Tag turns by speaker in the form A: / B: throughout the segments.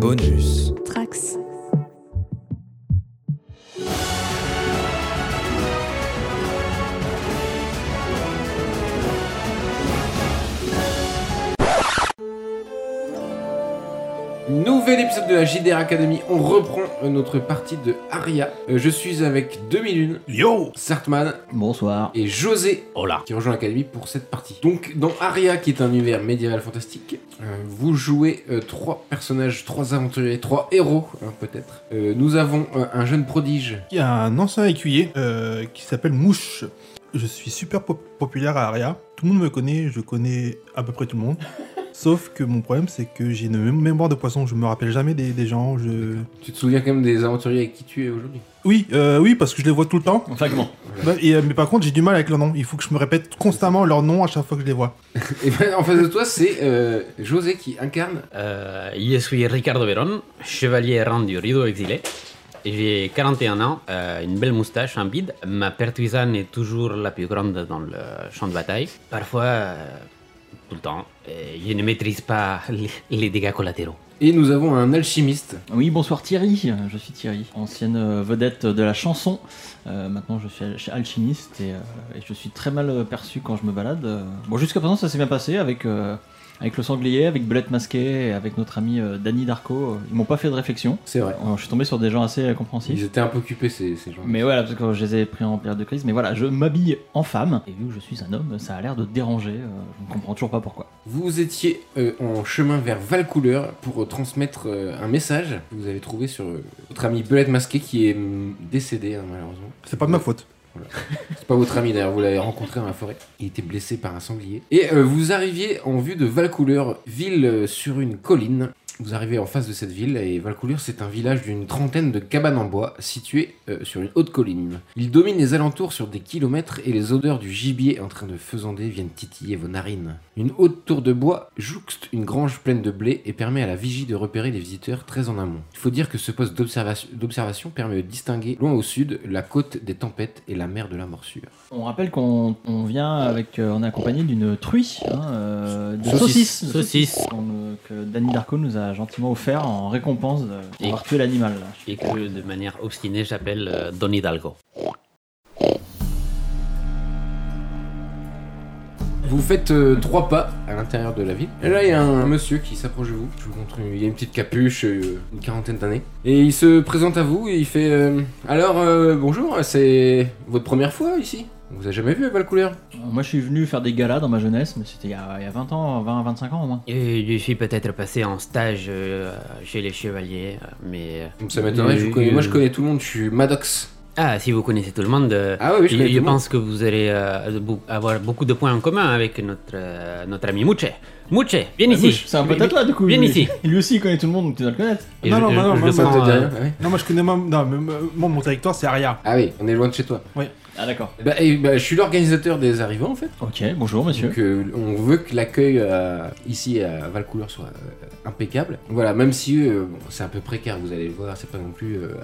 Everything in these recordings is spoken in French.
A: Bonus.
B: Trax.
C: Nouvel épisode de la JDR Academy, on reprend euh, notre partie de Aria. Euh, je suis avec 2001,
D: Yo
C: Sartman
E: Bonsoir.
C: et José
D: Hola
C: qui rejoint l'Académie pour cette partie. Donc dans Aria qui est un univers médiéval fantastique, euh, vous jouez euh, trois personnages, trois aventuriers, trois héros hein, peut-être. Euh, nous avons euh, un jeune prodige.
D: Il y a un ancien écuyer euh, qui s'appelle Mouche. Je suis super pop- populaire à Aria. Tout le monde me connaît, je connais à peu près tout le monde. Sauf que mon problème, c'est que j'ai une mé- mémoire de poisson. Je me rappelle jamais des, des gens. Je...
C: Tu te souviens quand même des aventuriers avec qui tu es aujourd'hui
D: Oui, euh, oui, parce que je les vois tout le temps.
E: Vaguement.
D: Bah, et, euh, mais par contre, j'ai du mal avec leur nom. Il faut que je me répète constamment leur nom à chaque fois que je les vois.
C: Et ben en face de toi c'est euh, José qui incarne
F: Euh, je suis Ricardo Verón, chevalier errant du rideau exilé. J'ai 41 ans, euh, une belle moustache, un bide. Ma pertuisane est toujours la plus grande dans le champ de bataille. Parfois, euh, tout le temps, euh, je ne maîtrise pas les, les dégâts collatéraux.
C: et nous avons un alchimiste.
E: Oui, bonsoir Thierry. Euh, Je suis Thierry, ancienne euh, vedette de la chanson. Euh, maintenant, je suis al- alchimiste et, euh, et je suis très mal euh, perçu quand je me balade. Euh, Bon, jusqu'à présent, ça s'est bien passé avec, euh, avec le sanglier, avec Belette Masquée et avec notre ami euh, Danny Darko. Ils m'ont pas fait de réflexion.
C: C'est vrai.
E: Alors, je suis tombé sur des gens assez euh, compréhensifs.
C: Ils étaient un peu occupés ces, ces gens.
E: Mais voilà, parce que je les ai pris en période de crise. Mais voilà, je m'habille en femme. Et vu que je suis un homme, ça a l'air de déranger. euh, je ne comprends toujours pas pourquoi.
C: Vous étiez euh, en chemin vers Valcouleur pour euh, transmettre euh, un message que vous avez trouvé sur euh, votre ami Belette Masqué qui est hum, décédé hein, malheureusement.
D: C'est pas de ma faute.
C: C'est pas votre ami d'ailleurs, vous l'avez rencontré dans la forêt. Il était blessé par un sanglier. Et euh, vous arriviez en vue de Valcouleur, ville euh, sur une colline. Vous arrivez en face de cette ville et Valcouleur c'est un village d'une trentaine de cabanes en bois situées euh, sur une haute colline. Il domine les alentours sur des kilomètres et les odeurs du gibier en train de faisander viennent titiller vos narines. Une haute tour de bois jouxte une grange pleine de blé et permet à la vigie de repérer les visiteurs très en amont. Il faut dire que ce poste d'observation d'observation permet de distinguer loin au sud la côte des tempêtes et la mer de la morsure.
E: On rappelle qu'on on vient avec, euh, on est accompagné d'une truie, hein, euh, de
F: Saucisse.
E: saucisses,
F: Saucisse.
E: qu'on, euh, que Danny Darko nous a gentiment offert en récompense de- d'avoir tué l'animal. là.
F: Et que de manière obstinée, j'appelle euh, Don Hidalgo.
C: Vous faites euh, trois pas à l'intérieur de la ville. Et là, il y a un, un monsieur qui s'approche de vous. Je vous montre, il a une petite capuche, euh, une quarantaine d'années. Et il se présente à vous et il fait euh, Alors, euh, bonjour, c'est votre première fois ici On vous a jamais vu à Valcouleur
E: Moi, je suis venu faire des galas dans ma jeunesse, mais c'était il, y a- il y a 20 ans, 20, 25 ans au moins.
F: Et je suis peut-être passé en stage euh, chez les chevaliers, euh, mais...
C: Donc, Ça m'étonnerait, je vous connais- moi je connais tout le monde, je suis Maddox.
F: Ah, si vous connaissez tout le monde... euh,
C: Ah oui, oui, je
F: Je,
C: connais tout
F: je
C: le monde.
F: pense que vous allez euh, bou- avoir beaucoup de points en commun avec notre, euh, notre ami Mouche. Mouche, viens
D: Bah,
E: Ah,
F: ici.
E: bouche, C'est un peu toi du coup.
F: Viens
E: lui,
F: ici.
E: Lui aussi, il connaît tout le monde, donc tu dois le connaître.
F: Et
D: Non, non, bah non, bah
F: je le
D: non,
C: Ça
F: prends,
C: te dit
F: euh,
C: rien Ah ouais
D: Non, moi je connais ma... non, mais, euh, moi, mon territoire, c'est Aria.
C: Ah oui, on est loin de chez toi.
D: Oui.
E: Ah d'accord.
C: Bah, et, bah, je suis l'organisateur des arrivants en fait.
E: Ok, bonjour monsieur.
C: Donc euh, on veut que l'accueil euh, ici à Valcouleur soit euh, impeccable. Voilà, même si euh, bon, c'est un peu précaire, vous allez le voir, c'est pas non plus euh,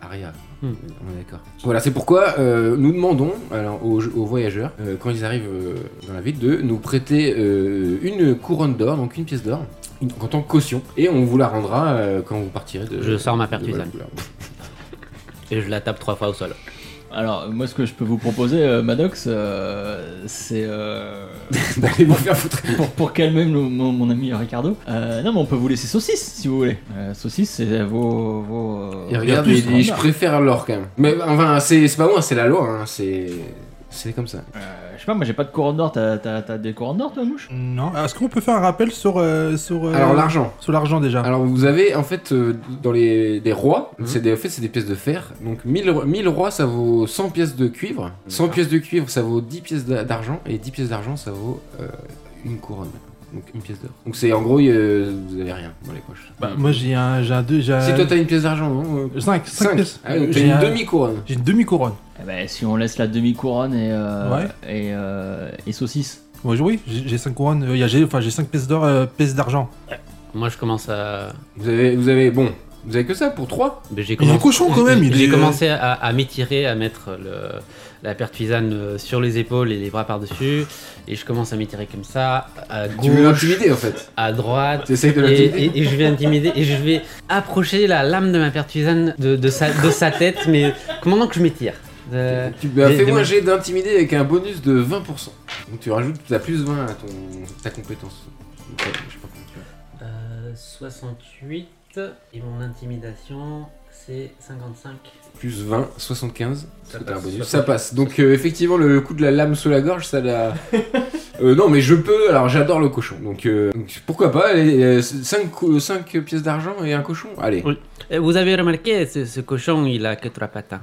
C: Aria.
F: Hmm.
C: On est d'accord. Voilà, c'est pourquoi euh, nous demandons alors, aux, aux voyageurs, euh, quand ils arrivent euh, dans la ville, de nous prêter euh, une couronne d'or, donc une pièce d'or, une- en tant que caution, et on vous la rendra euh, quand vous partirez de.
F: Je sors ma
C: de
F: pertusane.
C: Valcouleur.
F: et je la tape trois fois au sol.
E: Alors, moi, ce que je peux vous proposer, euh, Maddox, euh, c'est euh,
C: D'aller vous faire foutre.
E: pour, pour calmer mon, mon- mon ami Ricardo. Euh, non, mais on peut vous laisser saucisse si vous voulez. Euh, saucisse, c'est vos. vos
C: Il regarde, il dit, je préfère l'or quand même. Mais enfin, c'est c'est pas moi, c'est la loi, hein, c'est. C'est comme ça.
E: Euh, je sais pas, moi j'ai pas de couronne d'or. T'as, t'as- t'as des couronnes d'or, toi, mouche
D: Non. Est-ce qu'on peut faire un rappel sur... euh, sur euh, ah.
C: Alors l'argent.
D: Sur l'argent déjà.
C: Alors vous avez en fait euh, dans les des rois,
D: Mhm.
C: c'est des, en fait c'est des pièces de fer. Donc 1000, ro- 1000 rois ça vaut 100 pièces de cuivre, 100 pièces de cuivre ça vaut 10 pièces d'a- d'argent et 10 pièces d'argent ça vaut euh, une couronne. Donc une pièce d'or. Donc c'est en gros il y a- vous avez rien dans les poches.
D: Bah, moi j'ai un... J'ai un... deux- j'ai un...
C: si toi t'as une pièce d'argent, non euh,
D: 5, 5 pièces.
C: Ah, donc t'as
D: J'ai
C: une
D: un-
C: demi-couronne.
D: J'ai une demi-couronne.
E: Eh ben, si on laisse la demi-couronne et, euh,
D: Ouais.
E: et, euh, et saucisse.
D: Ouais, oui, j'ai j'ai 5 couronnes, euh, y a- j'ai enfin, j'ai 5 pièces d'or, euh, pièces d'argent.
F: Moi, je commence à.
C: Vous avez vous avez bon Vous avez que ça pour 3
F: Mais
D: Il
F: j'ai
D: est
F: commencé-
D: cochon quand même, il
F: J'ai
D: est- euh,
F: commencé à, à m'étirer, à mettre le, la pertuisane euh, sur les épaules et les bras par-dessus. Et je commence à m'étirer comme ça, à
C: Tu veux
F: gauche,
C: l'intimider en fait.
F: à droite.
C: Tu essayes de
F: Et,
C: l'intimider.
F: et- et je vais intimider et je vais approcher la lame de ma pertuisane de, de sa, de sa tête, mais maintenant que je m'étire. Euh,
C: Tu bah,
F: des-
C: fais-moi un
F: des-
C: jet d'intimider avec un bonus de 20%. Donc tu rajoutes ta plus 20 à ton, ta compétence. Ok, je sais pas comment tu vas.
F: euh, 68 et mon intimidation c'est 55.
C: Plus 20, 75. parce
F: Ça
C: que t'as un
F: passe,
C: bonus.
F: ça
C: Ça passe. Donc euh, effectivement, le, le coup de la lame sous la gorge, ça l'a. Euh, non, mais je peux. Alors j'adore le cochon. Donc, euh, donc, pourquoi pas euh, 5, pièces d'argent et un cochon Allez.
F: Oui. Et Eh, vous avez remarqué, ce, ce cochon il a que trois patins.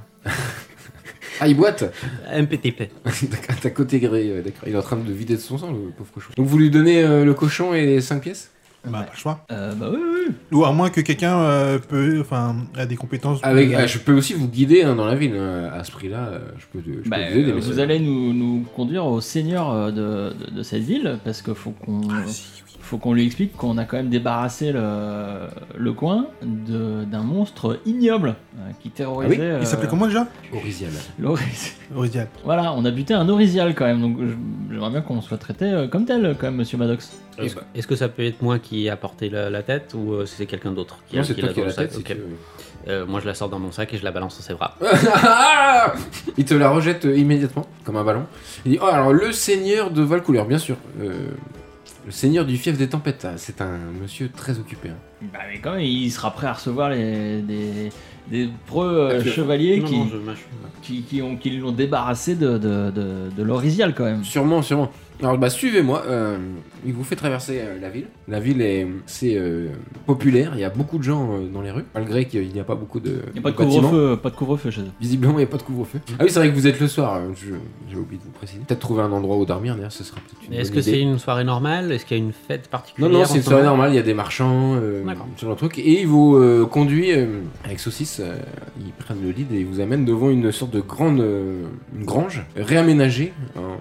C: Ah, il boite
F: Un petit peu.
C: D'accord, T'as côté gré, ouais, d'accord. Il est en train de vider de son sang, le pauvre cochon. Donc vous lui donnez euh, le cochon et les 5 pièces
D: Bah, pas le choix.
E: Euh, bah oui, oui, oui.
D: Ou à moins que quelqu'un euh, peut, enfin, a des compétences.
C: Avec, ah, je peux aussi vous guider hein, dans la ville. hein. À ce prix-là, euh, je peux, te- je peux
E: Bah,
C: vous aider.
E: euh,
C: mais
E: vous
C: ça-
E: allez nous, nous conduire au seigneur euh, de, de- de cette ville parce que faut qu'on
D: Ah, si, oui.
E: faut qu'on lui explique qu'on a quand même débarrassé le, le coin de- d'un monstre ignoble euh, qui terrorisait.
C: Ah
D: Il s'appelait
E: euh,
D: comment déjà
C: Orisial.
E: l'Oris.
D: Orizial.
E: Voilà, on a buté un Orisial quand même, donc je- j'aimerais bien qu'on soit traité euh, comme tel, comme Monsieur Maddox.
C: Eh
F: Est-ce
C: ben.
F: est-ce que ça peut être moi qui ai apporté la, la tête ou euh, c'est quelqu'un d'autre qui,
C: Non, c'est toi
F: l'a
C: qui as
F: dans
C: la
F: le sac
C: tête. si
F: Ok.
C: tu veux.
F: Euh, Moi je la sors dans mon sac et je la balance sur ses bras.
C: Ah il te la rejette euh, immédiatement, comme un ballon. Il dit, oh, alors le seigneur de Valcouleur, bien sûr. euh, le seigneur du fief des tempêtes. ah, C'est un monsieur très occupé. hein.
E: Bah mais quand même, il sera prêt à recevoir les, des, des preux euh,
C: Ah, tu-
E: chevaliers
F: Non,
E: qui,
F: non, je mâche.
E: qui, qui ont- qui l'ont débarrassé de, de, de, de l'Orisial quand même.
C: Sûrement, sûrement. Alors bah suivez-moi, euh, il vous fait traverser euh, la ville. La ville est c'est euh, populaire, il y a beaucoup de gens euh, dans les rues, malgré qu'il n'y a pas beaucoup de,
E: Il n'y a pas de
C: bâtiments.
E: couvre-feu, pas de couvre-feu chez eux.
C: Visiblement, il n'y a pas de couvre-feu. Ah oui, c'est vrai que vous êtes le soir. euh, je- J'ai oublié de vous préciser. Peut-être trouver un endroit où dormir, d'ailleurs, ce sera peut-être une
F: Mais Est-ce
C: bonne
F: que c'est
C: idée.
F: une soirée normale Est-ce qu'il y a une fête particulière
C: Non, non,
F: en
C: c'est une
F: ce
C: soirée
F: moment
C: normale, il y a des marchands, euh,
F: D'accord.
C: ce genre de truc. Et il vous euh, conduit euh, avec saucisse, euh, ils prennent le lead et ils vous amènent devant une sorte de grande euh, une grange réaménagée. hein.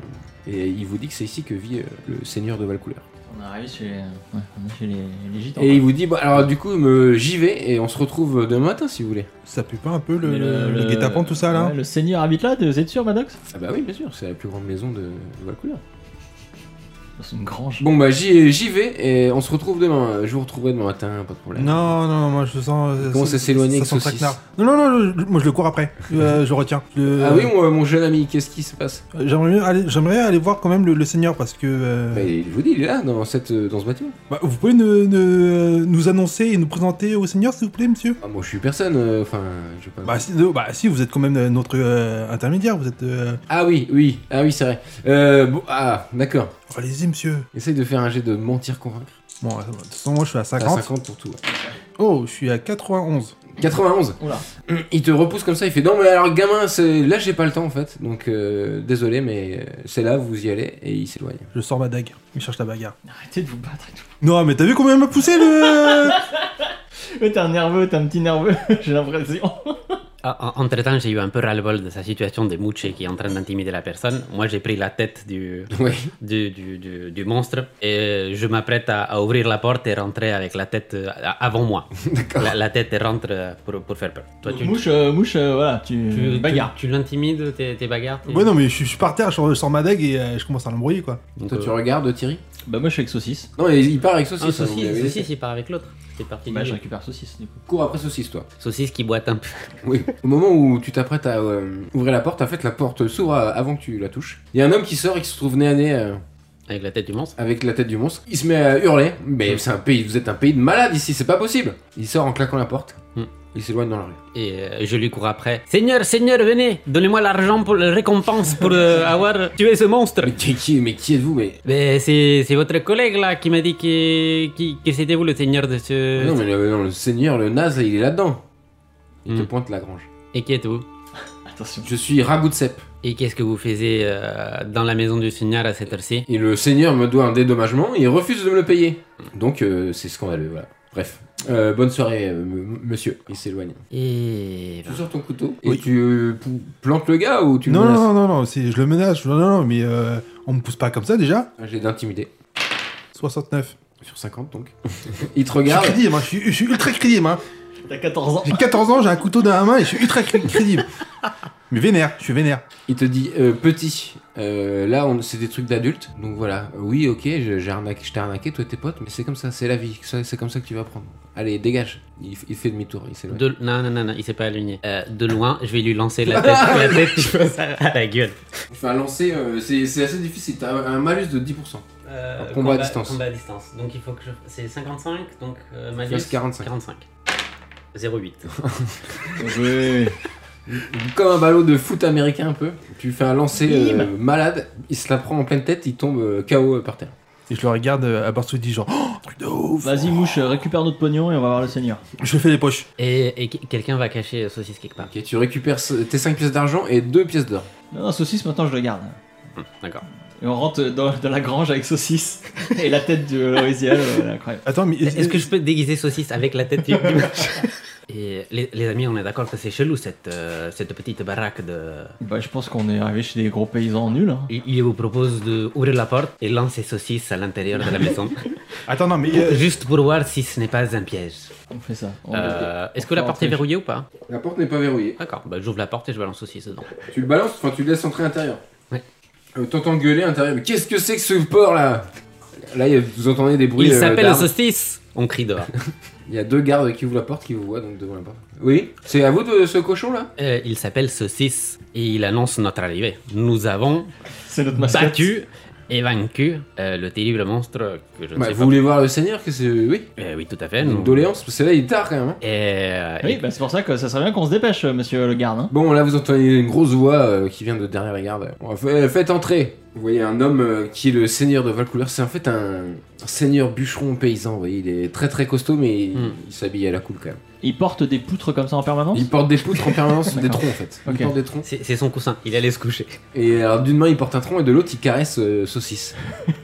C: et il vous dit que c'est ici que vit euh, le seigneur de Valcouleur.
E: On arrive chez, les- ouais, on est chez les, les gitans.
C: Et il vous dit, bah, alors du coup, me- j'y vais et on se retrouve demain matin si vous voulez.
D: Ça pue pas un peu le,
E: Mais
D: le, le guet-apens, tout ça là
E: ouais, Le seigneur habite là, vous êtes sûr Maddox
C: Ah bah oui, bien sûr, c'est la plus grande maison de, de Valcouleur.
E: C'est une grange.
C: Bon bah j'y j'y vais et on se retrouve demain. Je vous retrouverai demain matin, pas de problème.
D: Non, non, non, moi je sens. euh,
C: commence
D: ça-
C: à s'éloigner
D: ça
C: avec
D: sent le
C: saucisse.
D: traquenard. Non, non, non, je- moi je le cours après. Euh, je retiens. Je-
C: Ah oui, mon, mon jeune ami, qu'est-ce qui se passe
D: J'aimerais bien aller, j'aimerais aller voir quand même le, le seigneur parce que. euh,
C: Bah, Il vous dit, il est là, dans, cette, euh, dans ce bâtiment.
D: bah, vous pouvez ne- ne- nous annoncer et nous présenter au seigneur s'il vous plaît, monsieur
C: Ah, moi je suis personne, euh, enfin, je sais pas.
D: bah si, non, bah, si, vous êtes quand même euh, notre euh, intermédiaire, vous êtes. euh,
C: Ah oui, oui, ah oui, c'est vrai. Euh, bon, ah, d'accord.
D: Allez-y, monsieur.
C: Essaye de faire un jet de mentir convaincre.
D: Bon, euh, de toute façon, moi je suis à
C: À
D: 50.
C: 50 pour tout. ouais.
D: Oh, je suis à 91.
C: 91.
E: Oula.
C: Il te repousse comme ça, il fait non mais alors gamin, c'est... là j'ai pas le temps en fait, donc euh, désolé mais euh, c'est là, vous y allez et il s'éloigne.
D: Je sors ma dague. Il cherche la bagarre.
E: Arrêtez de vous battre et tout.
D: Non, mais t'as vu combien il m'a poussé le.
E: Ouais, t'es un nerveux, t'es un petit nerveux, j'ai l'impression.
F: Ah, en- Entre-temps, j'ai eu un peu ras-le-bol de sa situation de Mouche qui est en train d'intimider la personne. Moi, j'ai pris la tête du,
C: Oui.
F: du, du- du- du monstre et je m'apprête à, à ouvrir la porte et rentrer avec la tête euh, à- avant moi.
C: D'accord.
F: La, la tête rentre euh, pour, pour faire peur. Toi,
E: Donc,
F: tu,
E: mouche, euh, mouche, euh, voilà, tu,
F: tu- tu-
E: bagarre.
F: Tu, l'intimides, tes, tes bagarres tes-
D: Ouais, non, mais je, suis- je suis par terre, je sors, je sors ma dague et euh, je commence à l'embrouiller quoi.
F: Donc,
C: Toi
F: euh,
C: tu regardes Thierry
E: Bah moi je suis avec saucisse.
C: Non mais il part avec
F: ah,
C: saucisse. hein, vous
F: saucisse,
C: l'avez
F: saucisse,
C: laissé.
F: il part avec l'autre. C'est parti.
E: Bah je récupère saucisse du coup.
C: Cours après saucisse toi.
F: Saucisse qui boite un peu.
C: Oui. Au moment où tu t'apprêtes à euh, ouvrir la porte, en fait la porte s'ouvre euh, avant que tu la touches. Il y a un homme qui sort et qui se trouve nez à nez euh,
F: Avec la tête du monstre.
C: avec la tête du monstre. Il se met à hurler. Mais c'est un pays, vous êtes un pays de malades ici, c'est pas possible. Il sort en claquant la porte.
F: Hmm.
C: Il s'éloigne dans la rue.
F: Et euh, je lui cours après. Seigneur, Seigneur, venez, donnez-moi l'argent pour la récompense pour euh, avoir tué ce monstre.
C: Mais qui, qui- mais qui êtes-vous Mais
F: Mais c'est c'est votre collègue là qui m'a dit que, qui- que c'était vous le seigneur de
C: Mais
F: ce.
C: non, mais le, non, le seigneur, le naze, il est là-dedans. Il te
F: Hmm.
C: pointe la grange.
F: Et qui êtes-vous
E: Attention.
C: Je suis Raboutsep.
F: Et qu'est-ce que vous faisiez euh, dans la maison du seigneur à cette heure-ci
C: Et le seigneur me doit un dédommagement et il refuse de me le payer. Donc euh, c'est scandaleux, voilà. Bref. Euh, bonne soirée, euh, m- monsieur. Il s'éloigne.
F: Et.
C: Tu sors ton couteau et
D: Oui.
C: tu euh, pou- plantes le gars ou tu le
D: Non,
C: menaces
D: non, non, non, non, c'est- je le menace. Non, non, non, mais euh, on me pousse pas comme ça déjà.
C: J'ai d'intimider.
D: 69.
C: Sur 50 donc. il te
D: Je suis
C: regarde.
D: crédible, hein, je suis, je suis ultra crédible. Hein.
E: T'as 14 ans.
D: J'ai 14 ans, j'ai un couteau dans la main et je suis ultra cré- crédible. Mais vénère, je suis vénère.
C: Il te dit euh, petit. euh, là, on, c'est des trucs d'adultes. Donc voilà. Oui, ok, je, j'ai arnaqué, je t'ai arnaqué, toi et tes potes, mais c'est comme ça, c'est la vie. ça- C'est comme ça que tu vas prendre. Allez, dégage. Il, f- il fait demi-tour. Il s'éloigne.
F: De- Non, non, non, non, il s'est pas aligné. Euh, de loin, je vais lui lancer la tête. la tête, je fais ça à la gueule.
C: Enfin, lancer, euh, c'est, c'est assez difficile. T'as un un malus de 10%.
F: Euh,
C: Combat à distance.
F: Combat à distance. Donc il faut que je. C'est 55, donc euh, malus.
C: Fasse 45.
F: 45. 08.
E: Oui.
C: Comme un ballot de foot américain un peu. Tu fais un lancer
F: Bim.
C: euh, malade. Il se la prend en pleine tête, il tombe euh, KO par terre.
D: Et je le regarde euh, à Barsoudi, genre, oh, truc de ouf.
E: Vas-y, mouche, euh, récupère notre pognon et on va voir le seigneur.
D: Je fais les poches.
F: Et, et que- quelqu'un va cacher euh, Saucisse quelque part.
C: Ok, tu récupères ce- tes 5 pièces d'argent et 2 pièces d'or.
E: Non, non, saucisse, maintenant je le garde.
F: D'accord.
E: Et on rentre dans, dans la grange avec saucisse et la tête de l'orisiel, incroyable.
D: Attends, mais.
F: Est-ce que je peux déguiser Saucisse avec la tête du. Et les, les amis, on est d'accord que c'est chelou cette, euh, cette petite baraque de.
E: Bah, je pense qu'on est arrivé chez des gros paysans nuls. hein.
F: Il, il vous propose d'ouvrir la porte et lancer Saucisse à l'intérieur de la maison.
D: Attends, non, mais. euh,
F: Juste pour voir si ce n'est pas un piège.
E: On fait ça. On-
F: Euh,
E: on
F: Est-ce que
E: fait
F: la porte est
E: rentrer-
F: verrouillée ou pas
C: La porte n'est pas verrouillée.
F: D'accord, bah j'ouvre la porte et je balance saucisse dedans.
C: Tu le balances, enfin tu le laisses entrer à l'intérieur.
F: Ouais.
C: Euh, T'entends gueuler à l'intérieur. Mais qu'est-ce que c'est que ce porc là Là, il y a- vous entendez des bruits.
F: Il
C: euh,
F: s'appelle
C: d'armes.
F: saucisse On crie dehors.
C: Il y a deux gardes qui ouvrent la porte, qui vous voient donc devant la porte. Oui C'est à vous de ce cochon là
F: Euh, il s'appelle saucisse et il annonce notre arrivée. Nous avons
E: C'est notre mascotte.
F: battu et vaincu euh, le terrible monstre que je ne
C: Bah,
F: sais
C: Vous
F: pas.
C: voulez voir le seigneur que c'est. Oui
F: Euh, oui, tout à fait.
C: Une
F: nous-
C: doléance, parce que là, il est tard quand même. hein.
F: Et, euh,
E: Oui,
F: et-
E: bah, c'est pour ça que ça serait bien qu'on se dépêche, euh, monsieur le garde. hein.
C: Bon, là, vous entendez une grosse voix euh, qui vient de derrière la garde. Bon, fa- euh, faites entrer Vous voyez un homme euh, qui est le seigneur de Valcouleur. C'est en fait un seigneur bûcheron paysan. Vous voyez, il est très très costaud, mais il,
F: Hmm.
C: il s'habille à la cool quand même.
E: Il porte des poutres comme ça en permanence
C: Il porte des poutres en permanence, des
E: D'accord.
C: troncs en fait. Il
E: Ok.
C: porte des troncs.
F: c'est c'est son coussin, il allait se coucher.
C: Et alors d'une main il porte un tronc et de l'autre il caresse euh, Saucisse.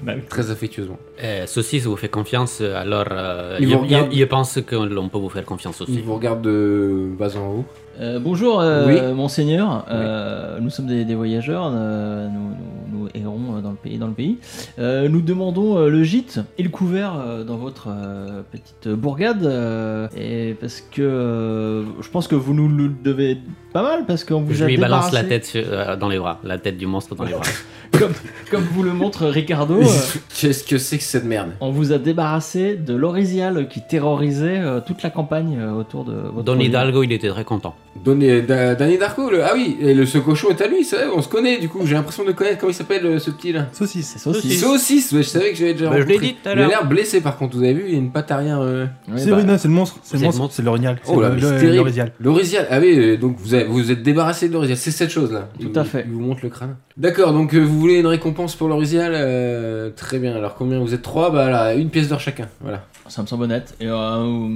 E: Bah oui.
C: Très affectueusement.
F: Euh, saucisse vous fait confiance, alors euh,
C: Il
F: il,
C: vous regarde.
F: il- il pense qu'on peut vous faire confiance aussi.
C: Il vous regarde de bas en haut.
E: Euh, bonjour, euh,
C: Oui.
E: monseigneur. Euh, Nous sommes des, des voyageurs. euh, nous, nous, nous errons euh, dans le pays. Dans le pays. Euh, nous demandons euh, le gîte et le couvert euh, dans votre euh, petite bourgade. euh, et parce que euh, je pense que vous nous le devez pas mal parce qu'on vous
F: Je
E: a
F: lui balance la
E: débarrassé-
F: tête sur- euh, dans les bras, la tête du monstre dans les bras.
E: Comme, comme vous le montre
F: Oh,
E: Ricardo. euh,
C: Qu'est-ce que c'est que cette merde
E: On vous a débarrassé de l'Orisial qui terrorisait euh, toute la campagne euh, autour de votre
F: Don
E: ville.
F: Hidalgo, il était très content.
C: Donnez Da- Danny Darko, le... ah oui, et le, ce cochon est à lui, c'est vrai, on se connaît du coup, j'ai l'impression de connaître comment il s'appelle euh, ce petit là.
D: Saucisse.
E: C'est ça aussi.
C: Saucisse, ouais, je savais que j'avais déjà
F: Bah, je
C: rencontré.
F: l'ai dit tout
C: Il
F: à
C: a
F: l'heure.
C: l'air blessé par contre, vous avez vu, il y a une patte arrière. euh,
E: Ouais,
D: C'est
E: bah,
D: oui, non, c'est le monstre, c'est
F: c'est
D: le
F: le
D: monstre,
F: monstre.
D: c'est l'orignal.
C: Oh là, mais c'est
D: le-
C: terrible.
D: l'orignal.
C: L'orizial, ah oui, euh, donc vous avez- vous êtes débarrassé de l'orizial, c'est cette chose là.
E: Tout à fait.
C: Il vous montre le crâne. D'accord, donc euh, vous voulez une récompense pour l'orizial euh, Très bien, alors combien vous êtes trois Bah là, une pièce d'or chacun, voilà.
E: Ça me semble honnête. Et euh,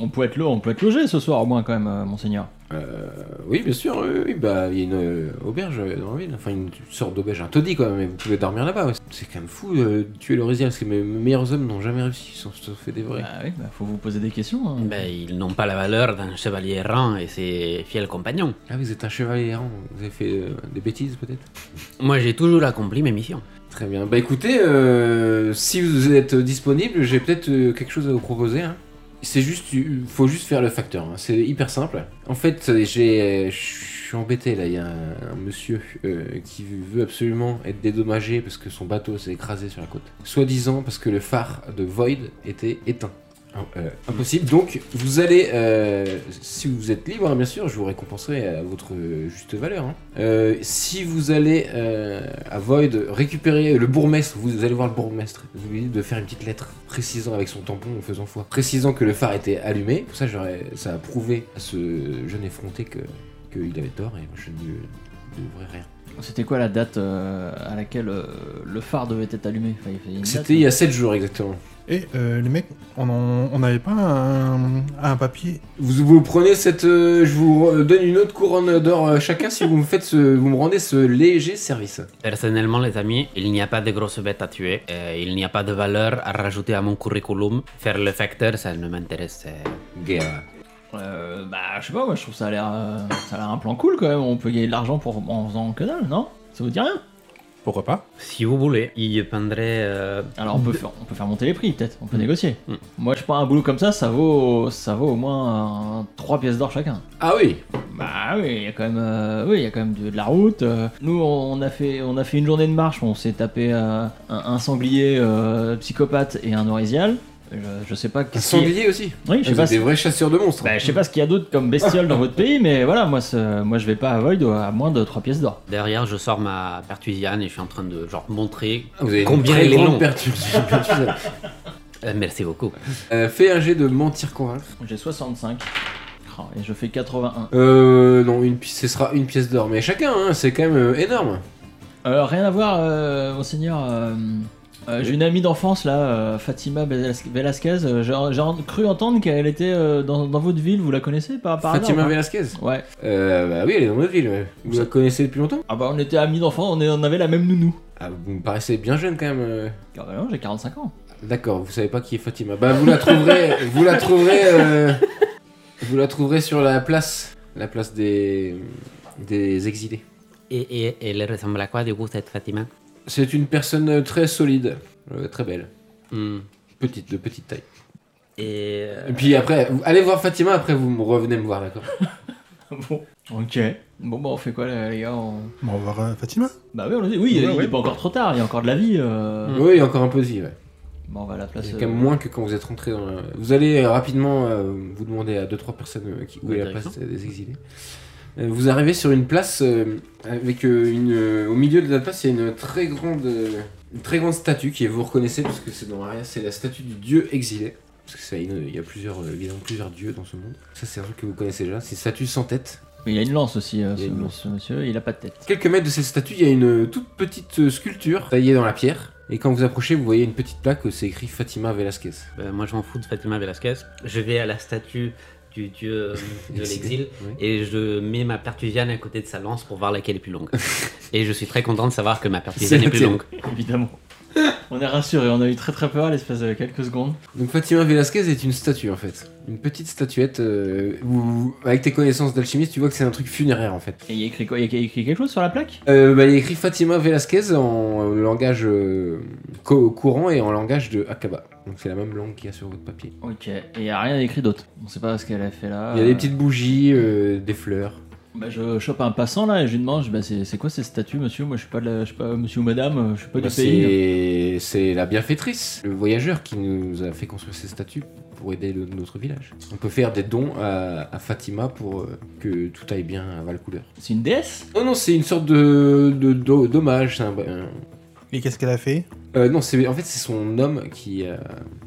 E: on peut être lo- on peut être logé ce soir au moins quand même, euh, monseigneur.
C: Euh, Oui, bien sûr, oui, oui, bah, il y a une euh, auberge euh, dans la ville, enfin une sorte d'auberge, un taudis quoi, mais vous pouvez dormir là-bas. ouais. C'est quand même fou euh, de tuer l'Orésiel, parce que mes mes meilleurs hommes n'ont jamais réussi, ils se sont se sont fait dévorer.
E: Bah oui, bah, faut vous poser des questions. hein.
F: Ben, ils n'ont pas la valeur d'un chevalier errant et ses fiels compagnons.
C: Ah, vous êtes un chevalier errant, vous avez fait euh, des bêtises peut-être
F: Moi, j'ai toujours accompli mes missions.
C: Très bien, bah écoutez, euh, si vous êtes disponible, j'ai peut-être euh, quelque chose à vous proposer. hein. C'est juste, il faut juste faire le facteur, hein, c'est hyper simple. En fait, j'ai, je suis embêté là, il y a un, un monsieur euh, qui veut absolument être dédommagé parce que son bateau s'est écrasé sur la côte. Soi-disant parce que le phare de Void était éteint. Euh, impossible, donc vous allez, euh, si vous êtes libre hein, bien sûr, je vous récompenserai à votre juste valeur. hein. Euh, si vous allez euh, à Void récupérer le bourgmestre, vous allez voir le bourgmestre, vous lui dites de faire une petite lettre précisant avec son tampon en faisant foi, précisant que le phare était allumé, pour ça j'aurais, ça a prouvé à ce jeune effronté que qu'il avait tort et moi, je ne devrais rien.
E: C'était quoi la date euh, à laquelle euh, le phare devait être allumé Enfin, il fallait une date,
C: C'était il y a 7 jours exactement.
D: Et euh, les mecs, on en- on n'avait pas un, un papier
C: Vous, vous prenez cette. euh, je vous re- donne une autre couronne d'or euh, chacun si vous me faites ce- vous me rendez ce léger service.
F: Personnellement, les amis, il n'y a pas de grosses bêtes à tuer. euh, il n'y a pas de valeur à rajouter à mon curriculum. Faire le facteur, ça ne m'intéresse. euh.
C: Guerre.
E: Euh, bah je sais pas, moi je trouve ça a l'air, euh, ça a l'air un plan cool quand même. On peut gagner de l'argent pour en faisant que dalle, non Ça vous dit rien
D: Pour pourquoi pas.
F: Si vous voulez, il prendrait. euh,
E: Alors on peut, faire, on peut faire monter les prix peut-être, on peut négocier. Moi je prends un boulot comme ça, ça vaut, ça vaut au moins 3 pièces d'or chacun.
C: Ah oui
E: Bah oui, il y a quand même, euh, oui, il y a quand même de, de la route. euh. Nous, on a fait, on a fait une journée de marche. On s'est tapé euh, un, un sanglier euh, psychopathe et un orisial. Je, je sais pas
C: Un
E: qu'est-ce qu'il y a-
C: sanglier aussi
E: Oui, je sais
C: Vous
E: pas.
C: êtes des
E: si-
C: vrais chasseurs de monstres hein.
F: ben,
E: bah, je sais pas ce qu'il y a d'autre comme bestiole dans votre pays, mais voilà, moi, ce- moi, je vais pas à Void euh, à moins de 3 pièces d'or.
F: Derrière, je sors ma pertuisiane et je suis en train de genre montrer
E: Bah,
C: Vous avez
F: combien
C: une
F: il est
C: grande
F: long.
C: perturbation.
F: Euh, merci beaucoup.
C: Euh, Fais un jet de mentir convaincre.
E: J'ai 65 Oh, et je fais 81.
C: Euh, non, une, pi- ce sera une pièce d'or, mais chacun, hein, c'est quand même euh, énorme.
E: Alors rien à voir, euh, monseigneur. euh, euh, J'ai une amie d'enfance là, euh, Fatima Velas- Velasquez. euh, J'ai j'ai en- cru entendre qu'elle était euh, dans, dans votre ville. Vous la connaissez par, par
C: Fatima
E: hasard,
C: Velasquez
E: ou pas Ouais.
C: Euh, bah oui, elle est dans notre ville. ouais. Vous la connaissez depuis longtemps
E: Ah bah on était amis d'enfance, on, est- on avait la même nounou.
C: ah, Vous me paraissez bien jeune quand même. euh.
E: Car bah non, j'ai 45 ans.
C: D'accord, vous savez pas qui est Fatima. Bah vous la trouverez, vous la trouverez, euh, vous la trouverez sur la place, la place des des exilés.
F: Et, et- et elle ressemble à quoi du coup cette Fatima
C: C'est une personne euh, très solide, euh, très belle,
F: Hmm.
C: petite, de petite taille.
F: Et euh,
C: Et puis après, vous- allez voir Fatima, après vous me revenez me voir, d'accord
E: bon. Ok. Bon bah on fait quoi là, les gars on...
D: Bon, on va voir euh, Fatima.
E: Bah oui, on le dit. Oui,
D: Ouais,
E: il
D: ouais.
E: est pas encore trop tard. Il y a encore de la vie. euh.
C: Oui, encore un peu de vie, ouais.
E: Bon on va à la
F: Ah,
E: place.
C: C'est
E: euh,
C: quand même moins que quand vous êtes rentré dans la- Vous allez euh, rapidement euh, vous demander à deux trois personnes euh, qui... où
F: La
C: est la
F: direction.
C: place euh, des exilés. Euh, Vous arrivez sur une place euh, avec euh, une. euh, au milieu de la place, il y a une très grande, euh, une très grande statue qui vous reconnaissez parce que c'est dans Aria, c'est la statue du dieu exilé. Parce que ça, il y a plusieurs, euh, évidemment plusieurs dieux dans ce monde. Ça, c'est un truc que vous connaissez déjà. C'est une statue sans tête.
E: Il a une lance aussi, euh,
C: Il a
E: ce,
C: une lance.
E: ce monsieur. Il a pas de tête.
C: Quelques mètres de cette statue, il y a une toute petite euh, sculpture taillée dans la pierre. Et quand vous approchez, vous voyez une petite plaque où c'est écrit Fatima Velasquez.
F: euh, moi, je m'en fous de Fatima Velasquez. Je vais à la statue du dieu euh, de l'exil
C: Oui.
F: et je mets ma pertuisiane à côté de sa lance pour voir laquelle est plus longue. et je suis très content de savoir que ma pertuisiane
C: C'est
F: est plus
C: noté.
F: longue.
E: Évidemment. on est rassuré. On a eu très très peur à l'espace de quelques secondes.
C: Donc Fatima Velasquez est une statue en fait. Une petite statuette. euh, où, avec tes connaissances d'alchimiste, tu vois que c'est un truc funéraire en fait.
E: Et il y a écrit quoi Il y a écrit quelque chose sur la plaque
C: Euh, bah, il y a écrit Fatima Velasquez en langage euh, co- courant et en langage de Akaba. Donc c'est la même langue qu'il y a sur votre papier.
E: Ok, et il n'y a rien écrit d'autre. On sait pas ce qu'elle a fait là.
C: Il y a des
E: Euh,
C: petites bougies, euh, des fleurs.
E: Bah, je chope un passant là et je lui demande bah, c'est c'est quoi ces statues, monsieur Moi je suis pas de la- je suis pas monsieur ou madame, euh, je suis pas
C: Bah,
E: du pays.
C: c'est c'est la bienfaitrice, le voyageur qui nous a fait construire ces statues pour aider le- notre village. On peut faire des dons à, à Fatima pour euh, que tout aille bien à Valcouleur.
E: C'est une déesse
C: Non, non, c'est une sorte de, de, d'ho- d'hommage. c'est un- un,
D: Et qu'est-ce qu'elle a fait
C: Euh, non, c'est en fait c'est son homme qui a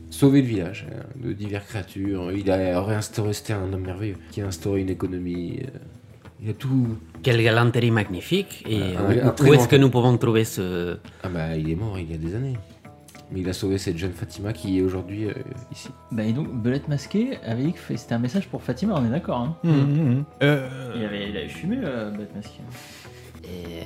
C: sauvé le village hein, de diverses créatures. Il a réinstauré, c'était un homme merveilleux qui a instauré une économie. euh, il a tout.
F: Quelle galanterie magnifique. Et
C: Ah,
F: où-
C: ouais,
F: où,
C: après,
F: est-ce
C: on-
F: que nous pouvons trouver ce. euh,
C: Ah bah il est mort il y a des années. Mais il a sauvé cette jeune Fatima qui est aujourd'hui euh, ici.
E: Bah et donc Belette Masquée avait dit que f- c'était un message pour Fatima, on est d'accord. Hein
D: Mmh, Euh,
E: il, avait, il avait fumé euh, Belette Masquée.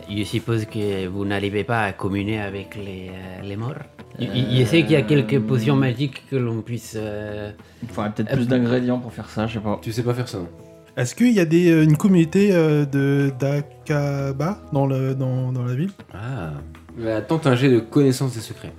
F: Et je suppose que vous n'arrivez pas à communer avec les, euh, les morts Il- Il je sais qu'il y a quelques potions magiques que l'on puisse. euh,
E: Il faudrait peut-être
F: Euh,
E: plus d'ingrédients pour faire ça, je sais pas.
C: Tu sais pas faire ça. non
D: Est-ce qu'il y a des, euh, une communauté euh, de d'Akaba dans, le, dans, dans la ville
C: Ah. Bah, tente un jet de connaissance des secrets.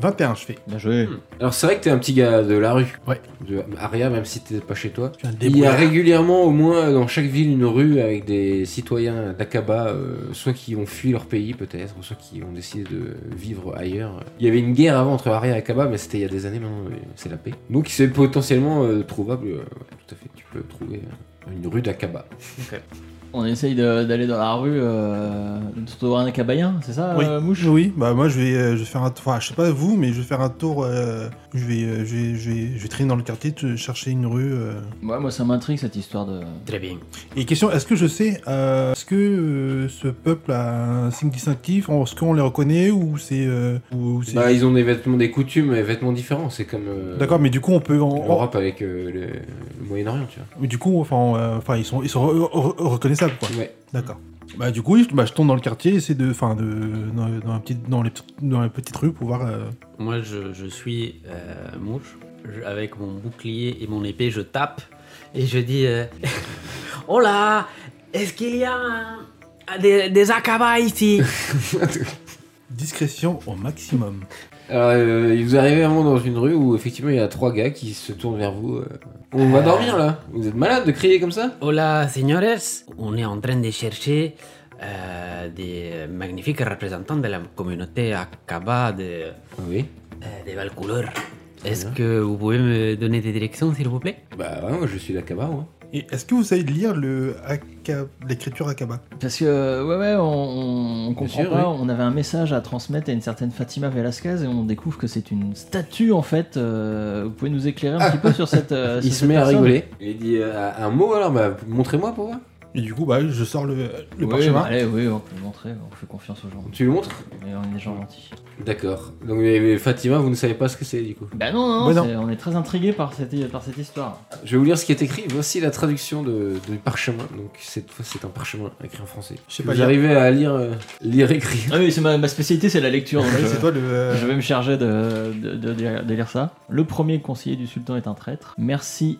D: 21, je fais.
E: Bien joué.
C: Alors c'est vrai que t'es un petit gars de la rue.
D: Ouais.
C: De Aria même si t'es pas chez toi.
D: Je viens de
C: Il y a
D: débrouiller.
C: régulièrement, au moins dans chaque ville, une rue avec des citoyens d'Akaba, euh, soit qui ont fui leur pays peut-être, soit qui ont décidé de vivre ailleurs. Il y avait une guerre avant entre Aria et Akaba, mais c'était il y a des années maintenant, euh, c'est la paix. Donc c'est potentiellement euh, trouvable, euh, ouais, tout à fait, tu peux trouver euh, une rue d'Akaba.
E: On essaye de- d'aller dans la rue, euh, de un cabayen, c'est ça
D: Oui.
E: euh, Mouche
D: Oui, bah moi je vais, euh, je vais faire un tour, enfin je sais pas vous, mais je vais faire un tour, euh, je, vais, euh, je, vais, je, vais, je vais traîner dans le quartier, te- chercher une rue. euh.
E: Ouais, moi ça m'intrigue cette histoire de.
F: Très bien.
D: Et question, est-ce que je sais, euh, est-ce que euh, ce peuple a un signe distinctif, est-ce qu'on les reconnaît ou c'est... euh, ou- ou c'est-
C: Bah, ils ont des vêtements, des coutumes et vêtements différents, c'est comme euh,
D: D'accord, mais du coup on peut... en-
C: l'Europe avec euh, le, le Moyen-Orient, tu vois.
D: Mais du coup, enfin, euh, enfin, ils sont, ils sont re- re- reconnaissables, quoi.
C: Ouais.
D: D'accord. Bah du coup, je, bah, je tourne dans le quartier, j'essaie de, enfin, de, dans, dans la petite, dans les, petites- dans les petites rues pour voir. euh,
F: Moi, je, je suis euh, mouche. Je- avec mon bouclier et mon épée, je tape et je dis euh, Hola Est-ce qu'il y a un, des, des acabas ici.
D: Discrétion au maximum.
C: Alors, euh, vous arrivez vraiment dans une rue où effectivement il y a trois gars qui se tournent vers vous. euh. On va dormir là Vous êtes malade de crier comme ça
F: Hola, señores. On est en train de chercher euh, des magnifiques représentants de la communauté acaba de,
C: Oui.
F: euh, de Valcouleur. Est-ce que vous pouvez me donner des directions, s'il vous plaît
C: Bah ouais, moi je suis l'Akaba. Moi.
D: Et est-ce que vous savez lire le Aka- l'écriture Akaba
E: Parce que, ouais, ouais, on, on comprend
C: sûr,
E: pas. On avait un message à transmettre à une certaine Fatima Velasquez et on découvre que c'est une statue en fait. Euh, vous pouvez nous éclairer un petit peu sur cette. euh,
C: il
E: sur
C: se
E: cette
C: met à
E: personne
C: rigoler. Il dit euh, un mot alors, bah montrez-moi pour voir.
D: Et du coup, bah, je sors le, le
E: oui, bah,
D: parchemin.
E: allez, oui, on peut le montrer, on fait confiance aux gens.
C: Tu le montres
E: Et on est des gens gentils.
C: D'accord. Donc mais- mais Fatima, vous ne savez pas ce que c'est du coup.
E: Bah non, non,
D: Ouais,
E: non,
D: non.
E: c'est- on est très intrigué par cette, par cette histoire.
C: Je vais vous lire ce qui est écrit. Voici la traduction de, du parchemin. Donc cette fois c'est un parchemin écrit en français.
D: Je sais
C: Vous
D: pas lire.
C: arrivez à lire, euh, lire écrire.
E: Ah oui, c'est ma, ma spécialité, c'est la lecture. donc
D: Ouais,
E: je-
D: c'est toi le. euh,
E: Je vais me charger de, de- de- de- de lire ça. Le premier conseiller du sultan est un traître. Merci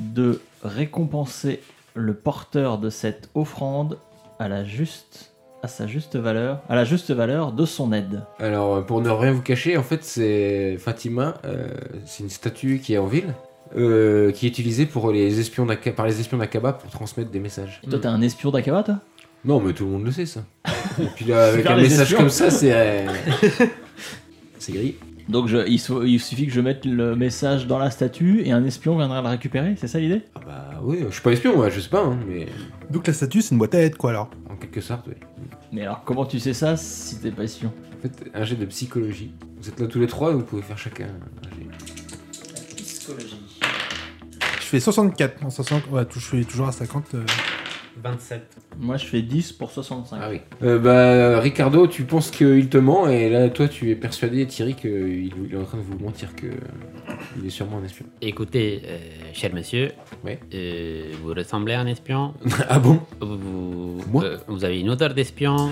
E: de récompenser le porteur de cette offrande à la juste à sa juste valeur, à la juste valeur de son aide.
C: Alors euh, pour ne rien vous cacher, en fait c'est Fatima, euh, c'est une statue qui est en ville. euh, qui est utilisée pour les espions d'Aka- par les espions d'Akaba pour transmettre des messages.
E: Et toi, t'es un espion d'Akaba, toi
C: Non, mais tout le monde le sait, ça. Et puis là, avec
E: Super,
C: un
E: les
C: message
E: espions.
C: comme ça, c'est. euh, c'est gris.
E: Donc je- il, faut- il suffit que je mette le message dans la statue et un espion viendra le récupérer, c'est ça l'idée
C: Ah bah oui, je suis pas espion, moi, je sais pas, hein, mais
D: Donc la statue, c'est une boîte à aide, quoi, alors.
C: en quelque sorte, oui.
E: Mais alors comment tu sais ça si t'es pas espion
C: En fait, un jet de psychologie. Vous êtes là tous les trois, vous pouvez faire chacun un jet.
E: Psychologie.
D: Je fais 64. En 60, ouais, tou- je suis toujours à 50. euh.
F: 27.
E: Moi je fais 10 pour 65.
C: Ah oui. Euh, bah, Ricardo, tu penses qu'il te ment, et là, toi, tu es persuadé, Thierry, qu'il il est en train de vous mentir, que il est sûrement un espion.
F: Écoutez, euh, cher monsieur,
C: Oui.
F: euh, vous ressemblez à un espion.
C: ah bon
F: Vous,
C: Moi
F: euh, vous avez une odeur d'espion.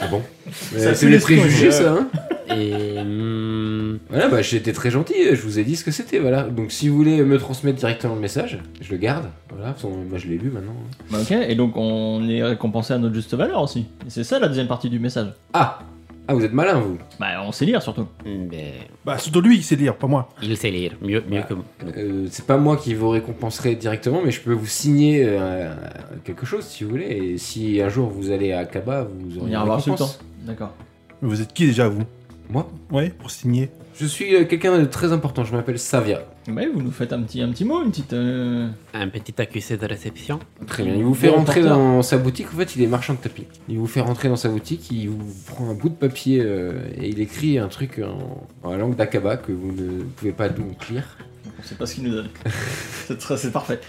C: Ah bon
D: Ça,
C: Euh,
D: c'est
C: C'est des
D: l'espion,
C: préjugés,
D: ouais.
C: ça, hein
F: Et hum,
C: Voilà, bah j'étais très gentil, je vous ai dit ce que c'était, voilà. Donc si vous voulez me transmettre directement le message, je le garde, voilà, parce que moi je l'ai lu maintenant. hein.
E: Bah, ok, et donc on est récompensé à notre juste valeur aussi. Et c'est ça la deuxième partie du message.
C: Ah Ah, vous êtes malin, vous
E: Bah on sait lire surtout.
F: mais
D: Bah, surtout lui, il sait lire, pas moi.
F: hmm, ben, il sait lire mieux, mieux que moi.
C: Euh, C'est pas moi qui vous récompenserai directement, mais je peux vous signer euh, quelque chose, si vous voulez, et si un jour vous allez à Kaba, vous
E: On
C: aurez
E: ira
C: une
E: voir Sultan.
C: récompense.
E: D'accord.
D: Mais vous êtes qui déjà, vous
C: Moi
D: Ouais, pour signer.
C: Je suis euh, quelqu'un de très important, je m'appelle Savia.
E: Bah oui, vous nous faites un petit, un petit mot, une petite. euh,
F: Un petit accusé de réception.
C: Très bien, il vous fait
E: Bon
C: rentrer
E: porteur.
C: dans sa boutique, en fait il est marchand de tapis. Il vous fait rentrer dans sa boutique, il vous prend un bout de papier euh, et il écrit un truc en, en langue d'Akaba que vous ne pouvez pas donc lire.
E: On sait pas ce qu'il nous donne. c'est, très- c'est parfait.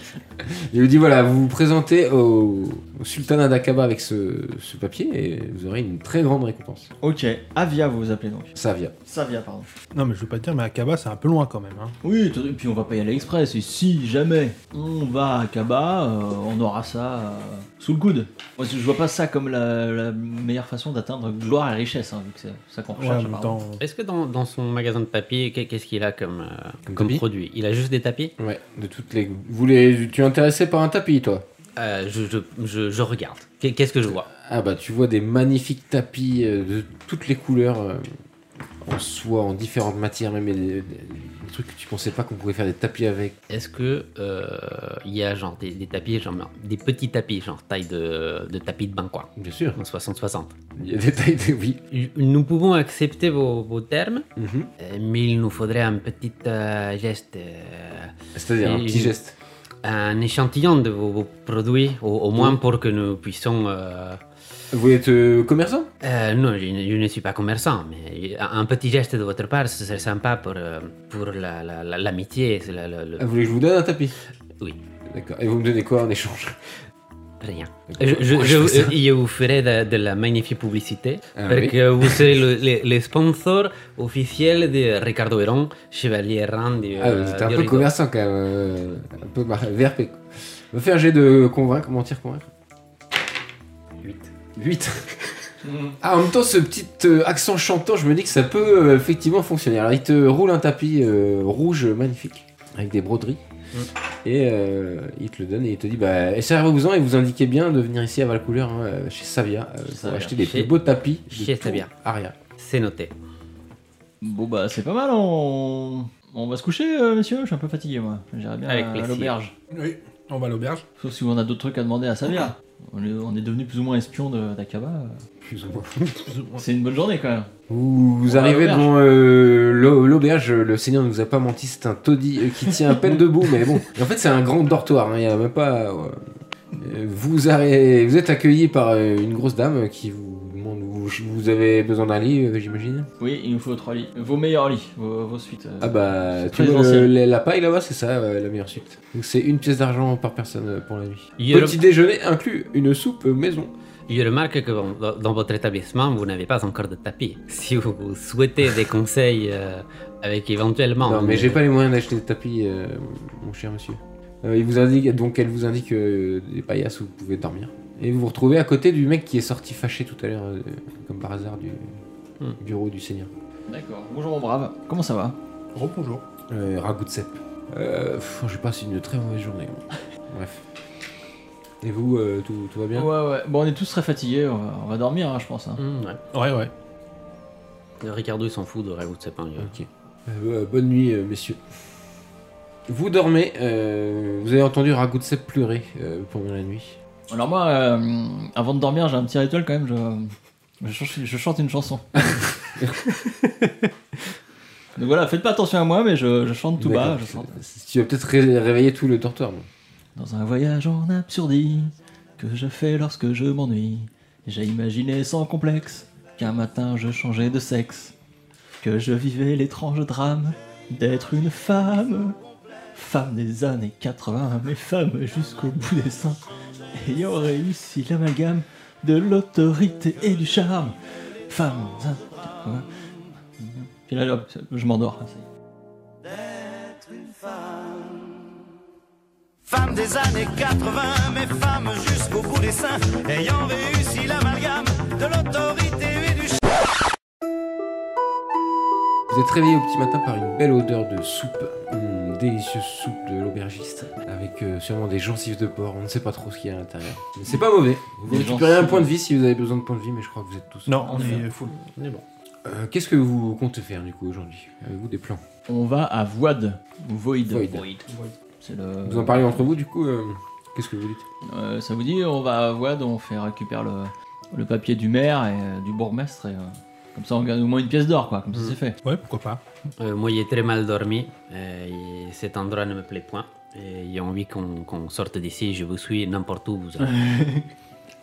C: Il vous dit voilà, vous vous présentez au, au sultanat d'Akaba avec ce, ce papier et vous aurez une très grande récompense.
E: Ok, Avia vous vous appelez donc.
C: Savia.
E: Savia, pardon.
D: Non, mais je veux pas te dire, mais Akaba, c'est un peu loin quand même. Hein.
E: Oui, et puis on va pas y aller express. Et si jamais on va à Kaba, euh, on aura ça euh, sous le coude. Moi je vois pas ça comme la, la meilleure façon d'atteindre gloire et richesse, hein, vu que c'est ça qu'on
D: Ouais, en
E: recherche.
D: même
E: apparemment.
D: temps.
F: Est-ce que dans, dans son magasin de papier, qu'est- qu'est-ce qu'il a comme, euh,
C: Comme
F: comme
C: tapis
F: produit Il a juste des tapis
C: Ouais, de toutes les. Vous voulez- tu es intéressé par un tapis toi
F: Euh, je, je, je, je regarde. Qu'est- Qu'est-ce que je vois
C: Ah bah tu vois des magnifiques tapis euh, de toutes les couleurs euh, en soie, en différentes matières, même il y a des, des- des trucs que tu pensais pas qu'on pouvait faire des tapis avec.
F: Est-ce que euh, il y a genre des, des tapis, genre non, des petits tapis, genre taille de, de tapis de bain quoi,
C: Bien sûr.
F: en 60-60
C: Il y a des tailles de oui.
F: Nous pouvons accepter vos, vos termes,
C: Mhm.
F: euh, mais il nous faudrait un petit euh, geste, euh,
C: C'est-à-dire un
F: Et-
C: petit geste.
F: un échantillon de vos, vos produits, au, au moins pour que nous puissions. euh,
C: Vous êtes euh, commerçant
F: Euh, non, je, ne- je ne suis pas commerçant, mais un un petit geste de votre part, ce serait sympa pour, euh, pour la- la- la- l'amitié. c'est la- la- le-
C: Ah, Vous voulez que je vous donne un tapis
F: Oui,
C: D'accord. Et vous me donnez quoi en échange
F: rien. Je, je-
C: Pourquoi
F: je
C: je
F: vous-
C: fais ça
F: je vous ferai de, de la magnifique publicité,
C: Ah
F: parce
C: oui.
F: que vous serez le, le- le sponsor officiel de Ricardo Héron, chevalier Rand du.
C: Ah,
F: euh,
C: vous êtes un
F: du
C: peu
F: Rideau.
C: commerçant quand même. euh, un peu mar- VRP. quoi. Me faire un jet de convaincre, mentir, convaincre.
F: 8.
C: 8. Ah, en même temps, ce petit euh, accent chantant, je me dis que ça peut euh,
F: Mm.
C: effectivement fonctionner. Alors, il te roule un tapis euh, rouge euh, magnifique, avec des broderies. Et euh, il te le donne et il te dit bah, et servez-vous-en et vous indiquez bien de venir ici à Valcouleur hein, euh, chez Savia euh, pour
F: Savia.
C: acheter les
F: Chez-
C: plus beaux tapis de
F: chez
C: tout
F: Savia.
C: Aria.
F: C'est noté.
E: Bon bah c'est pas mal, on... on va se coucher euh, messieurs, je suis un peu fatigué moi. J'irai bien
F: Avec
E: à- à
F: plaisir.
E: l'auberge.
D: Oui, on va à l'auberge.
E: Sauf si on a d'autres trucs à demander à Savia. On est, on est devenu plus ou moins espion d'Akaba.
C: Plus ou moins.
E: C'est une bonne journée quand même.
C: Vous, vous
E: On va à
C: arrivez
E: l'auberge.
C: devant euh, l'au- l'auberge, le Seigneur ne nous a pas menti, c'est un taudis euh, qui tient à peine debout, mais bon. Et en fait, c'est un grand dortoir, hein, il y a même pas. euh, euh, Vous, arri- vous êtes accueilli par euh, une grosse dame qui vous demande vous, vous avez besoin d'un lit, euh, j'imagine
E: Oui, il nous faut trois lits. Vos meilleurs lits, vos, vos suites. euh,
C: Ah bah,
E: c'est
C: tu
E: très
C: vois le-
E: essentiel.
C: la la paille là-bas, c'est ça euh, la meilleure suite. Donc c'est une pièce d'argent par personne euh, pour la nuit.
F: Il y a le-
C: Petit déjeuner inclus une soupe maison.
F: Je remarque que bon, dans dans votre établissement, vous n'avez pas encore de tapis. Si vous souhaitez des conseils euh, avec éventuellement...
C: Non, mais
F: une-
C: j'ai pas les moyens d'acheter des tapis, euh, mon cher monsieur. Euh, il vous indique, donc elle vous indique euh, des paillasses où vous pouvez dormir. Et vous vous retrouvez à côté du mec qui est sorti fâché tout à l'heure, euh, comme par hasard, du
F: Hmm.
C: bureau du seigneur.
E: D'accord. Bonjour mon brave. Comment ça va
D: Rebonjour.
C: Euh, ragoût de cèpe. Euh, pff, J'ai passé une très mauvaise journée. moi. Bref. Et vous, euh, tout, tout va bien
E: Ouais ouais. Bon on est tous très fatigués, on va, on va dormir hein, je pense. hein.
F: Hmm, ouais.
D: Ouais, ouais.
F: Le Ricardo, il s'en fout de Raoult, c'est pas un
C: Ok. Euh, bonne nuit, euh, messieurs. Vous dormez, euh, vous avez entendu Ragoutsev pleurer euh, pendant la nuit.
E: Alors moi, euh, avant de dormir j'ai un petit rituel quand même, je, je, ch- je chante une chanson. Donc voilà, faites pas attention à moi mais je, je chante tout bas,
C: D'accord.
E: je chante.
C: Tu vas peut-être ré- réveiller tout le dortoir. donc.
E: Dans un voyage en absurdie que je fais lorsque je m'ennuie, j'ai imaginé sans complexe qu'un matin je changeais de sexe, que je vivais l'étrange drame d'être une femme, femme des années 80, mais femme jusqu'au bout des seins, ayant réussi l'amalgame de l'autorité et du charme, femme. des années 80. Puis là, hop, je m'endors.
A: d'être une femme. Femme des années 80, mais femme jusqu'au bout des seins, ayant réussi l'amalgame de l'autorité et du
C: Vous êtes réveillé au petit matin par une belle odeur de soupe. Une délicieuse soupe de l'aubergiste. Avec euh, sûrement des gencives de porc. On ne sait pas trop ce qu'il y a à l'intérieur. Mais c'est pas mauvais. Vous
E: Des
C: récupérez un
E: gencives.
C: point de vie si vous avez besoin de points de vie, mais je crois que vous êtes tous.
D: Non, on
E: On est
D: est full.
C: On est bon. Euh, Qu'est-ce que vous comptez faire du coup aujourd'hui Avez-vous des plans
E: On va à Void, ou Void.
C: Void.
E: C'est le...
C: Vous en parlez entre vous du coup euh, Qu'est-ce que vous dites
E: Euh, ça vous dit, on va à Void, on fait récupérer le, le papier du maire et euh, du bourgmestre, et euh, comme ça on gagne au moins une pièce d'or, quoi, comme ça c'est fait.
D: Ouais, pourquoi pas.
F: Euh, moi, j'ai très mal dormi. euh, et cet endroit ne me plaît point. Et J'ai envie qu'on qu'on sorte d'ici. Je vous suis n'importe où vous allez.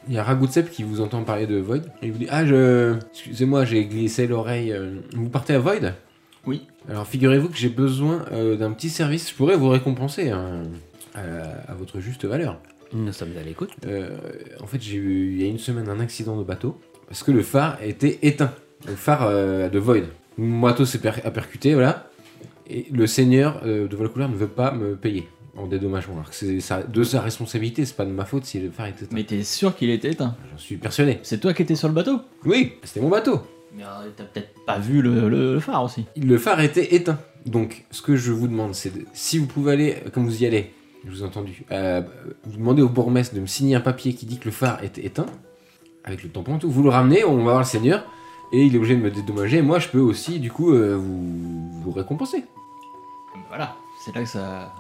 C: Il y a Ragoutsev qui vous entend parler de Void. Et il vous dit Ah, je. Excusez-moi, j'ai glissé l'oreille. euh, Vous partez à Void
E: Oui.
C: Alors figurez-vous que j'ai besoin euh, d'un petit service. Je pourrais vous récompenser hein, à, à votre juste valeur.
F: Nous sommes à l'écoute.
C: Euh, en fait, j'ai eu il y a une semaine un accident de bateau parce que le phare était éteint. Le phare euh, de Void. Mon bateau s'est per- a percuté, voilà. Et le seigneur euh, de Volcouleur ne veut pas me payer en dédommagement. Alors que c'est sa- de sa responsabilité, c'est pas de ma faute si le phare est éteint.
E: Mais t'es sûr qu'il était éteint
C: J'en suis persuadé.
E: C'est toi qui étais sur le bateau
C: Oui, c'était mon bateau.
E: Mais euh, t'as peut-être pas vu le, le- le phare aussi.
C: Le phare était éteint. Donc, ce que je vous demande, c'est de- si vous pouvez aller, euh, comme vous y allez, je vous ai entendu, euh, vous demandez au bourgmestre de me signer un papier qui dit que le phare est éteint, avec le tampon, et tout. Vous le ramenez, on va voir le seigneur, et il est obligé de me dédommager. et Moi, je peux aussi, du coup, euh, vous, vous récompenser.
E: bah Voilà, c'est là que ça...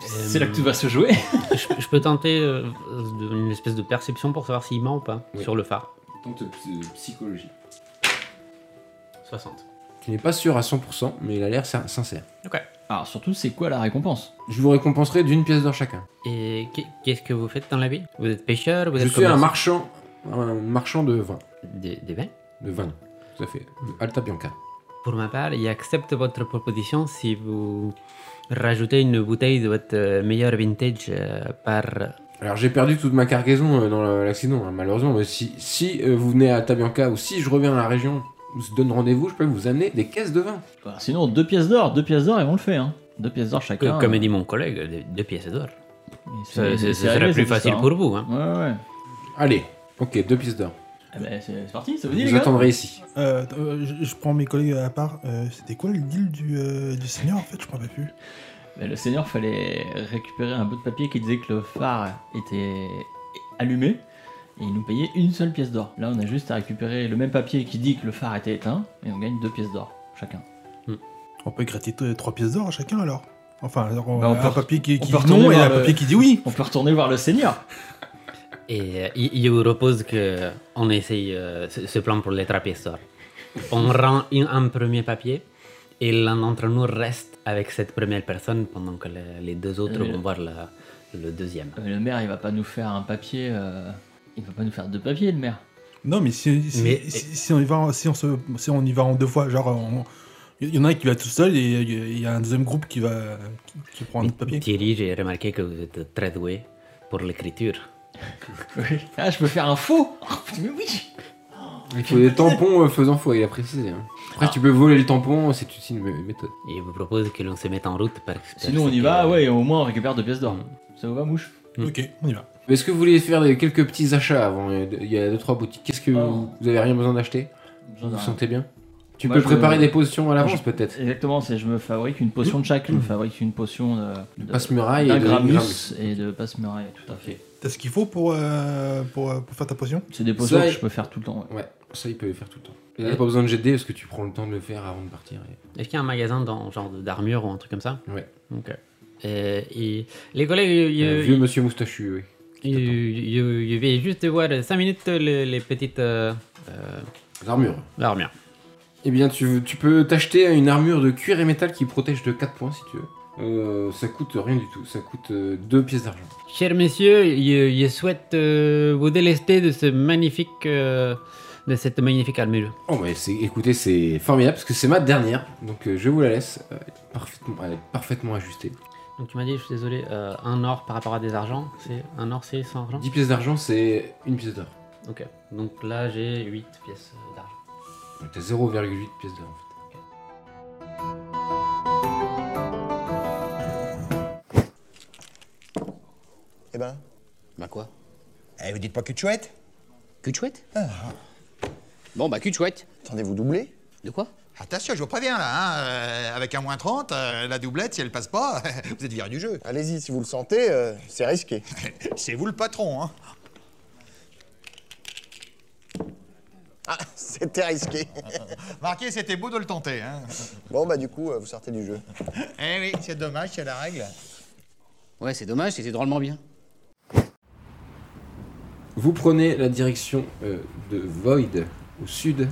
E: C'est là que tout va se jouer.
F: je, je peux tenter euh, de- une espèce de perception pour savoir s'il ment ou pas
C: Oui.
F: sur le phare.
C: Donc, psychologie.
F: 60.
C: Qui n'est pas sûr à 100%, mais il a l'air sin- sincère.
E: Alors surtout, c'est quoi la récompense
C: Je vous récompenserai d'une pièce d'or chacun.
F: Et qu'est- qu'est-ce que vous faites dans la vie Vous êtes pêcheur vous
C: Je
F: êtes
C: suis un
F: commerçant
C: marchand, un marchand de vin.
F: Des, des vins
C: De vin, tout à fait. De Alta Bianca.
F: Pour ma part, j'accepte votre proposition si vous rajoutez une bouteille de votre euh, meilleur vintage euh, par...
C: Alors j'ai perdu toute ma cargaison euh, dans le- l'accident, hein, malheureusement, mais si, si euh, vous venez à Tabianca ou si je reviens à la région, on se donne rendez-vous, je peux vous amener des caisses de vin.
E: Bah, Sinon, deux pièces d'or, deux pièces d'or et on le fait, hein. Deux pièces d'or
F: que-
E: chacun.
F: comme
E: euh,
F: dit mon collègue, deux, deux pièces d'or.
E: et
F: Ça-
E: c'est-
F: ça-
E: c'est
F: Ce serait
E: réglé,
F: plus
E: cette
F: facile
E: histoire,
F: pour vous. hein.
E: hein. Ouais, ouais.
C: Allez, ok, deux pièces d'or.
E: Eh ben, c'est c'est parti, ça vous dit les
C: Vous
E: gars
C: attendrez ici.
D: Euh, euh, je, je prends mes collègues à part. Euh, C'était quoi le deal du, euh, du seigneur en fait Je ne rappelle plus.
E: Mais le seigneur fallait récupérer un bout de papier qui disait que le phare était allumé et il nous payait une seule pièce d'or. Là, on a juste à récupérer le même papier qui dit que le phare était éteint et on gagne deux pièces d'or chacun.
D: On peut gratter t- euh, trois pièces d'or à chacun alors. Enfin, alors, on,
E: Bah, on
D: a
E: peut-
D: un papier qui,
E: on
D: qui
E: peut
D: dit
E: retourner
D: non et
E: vers
D: un
E: le-
D: papier qui dit oui.
E: On peut retourner voir le seigneur.
F: Et euh, il il vous propose que on essaye euh, ce, ce plan pour les trapézors. On rend une- un premier papier et l'un d'entre nous reste avec cette première personne pendant que le- les deux autres
E: Euh,
F: vont voir la- le deuxième.
E: Mais Euh, le maire, il va pas nous faire un papier. euh, Il va pas nous faire deux papiers, le maire.
D: Non, mais si, si-
F: Mais-
D: si- si on y va, en- si on se, si on y va en deux fois, genre, on- il y en a un qui va tout seul et il y a un deuxième groupe qui va qui, qui prend un autre papier.
F: Thierry, j'ai remarqué que vous êtes très doué pour l'écriture.
E: Oui. Ah, je peux faire un faux Oh, putain, Mais oui
C: Il faut des tampons euh, faisant foi, il a précisé. hein.
E: Ah.
C: Après, tu peux voler le tampon, c'est aussi une mé- méthode.
F: Il vous propose que l'on se mette en route parce parce
E: Sinon, on y
F: que-
E: va, ouais, et au moins on récupère deux pièces d'or. Ça vous va, mouche
F: Mm.
D: Ok, on y va.
C: Est-ce que vous voulez faire des- quelques petits achats avant euh, Il y a deux trois boutiques. Qu'est-ce que
E: Oh.
C: vous, vous avez rien besoin d'acheter
E: J'en
C: Vous
E: ai
C: vous
E: rien.
C: sentez bien Tu
E: Moi,
C: peux
E: je- Ah,
C: préparer des potions à l'avance
E: je-
C: peut-être.
E: Exactement, c'est je me fabrique une potion de chaque. Je me fabrique une potion de. de-
C: Passe-muraille
E: d'un
C: et de
E: Gramus et de passe-muraille, tout à fait.
D: T'as ce qu'il faut pour, euh, pour, euh, pour faire ta potion
E: C'est des potions
C: Ça,
E: que
C: il-
E: je peux faire tout le temps. ouais.
C: Ouais, ça il peut le faire tout le temps. Il n'y a pas besoin de jet de dés parce que tu prends le temps de le faire avant de partir. et-
F: Est-ce qu'il y a un magasin dans genre d'armure ou un truc comme ça
C: Ouais.
F: Ok. Euh, et- les collègues, euh, ils-
C: Un
F: ils-
C: vieux monsieur moustachu, oui.
F: Il, il, il vient euh, juste de voir 5 minutes les, les petites euh, euh,
C: L'armure.
F: armures.
C: Eh bien, tu, tu peux t'acheter une armure de cuir et métal qui protège de 4 points si tu veux. Euh, ça coûte rien du tout, ça coûte 2 pièces d'argent.
F: Chers messieurs, je, je souhaite euh, vous délester de ce magnifique, euh, de cette magnifique armure.
C: Oh, bah c'est- écoutez, c'est formidable parce que c'est ma dernière, donc euh, je vous la laisse. Euh, parfaitement, elle est parfaitement ajustée.
F: Donc tu m'as dit, je suis désolé, euh, un or par rapport à des argents, c'est un or c'est 100 argent.
C: 10 pièces d'argent, c'est une pièce d'or.
F: Ok. Donc là j'ai 8 pièces d'argent.
C: Donc t'as 0,8 pièces d'or en fait.
B: Eh ben,
G: Bah quoi
B: eh, vous dites pas cul de chouette
G: Cul de chouette
D: Ah.
G: Bon bah cul de chouette.
B: Attendez, vous doublez
G: De quoi
H: Attention, je vous préviens là, hein, euh, avec un moins 30, euh, la doublette, si elle passe pas, vous êtes viré du jeu.
B: Allez-y, si vous le sentez, euh, c'est risqué.
H: C'est vous le patron, hein.
B: Ah, c'était risqué.
H: Marquez, c'était beau de le tenter, hein.
B: Bon, bah du coup, euh, vous sortez du jeu.
H: Eh oui, c'est dommage, c'est la règle.
G: Ouais c'est dommage, c'était drôlement bien.
C: Vous prenez la direction euh, de Void au sud.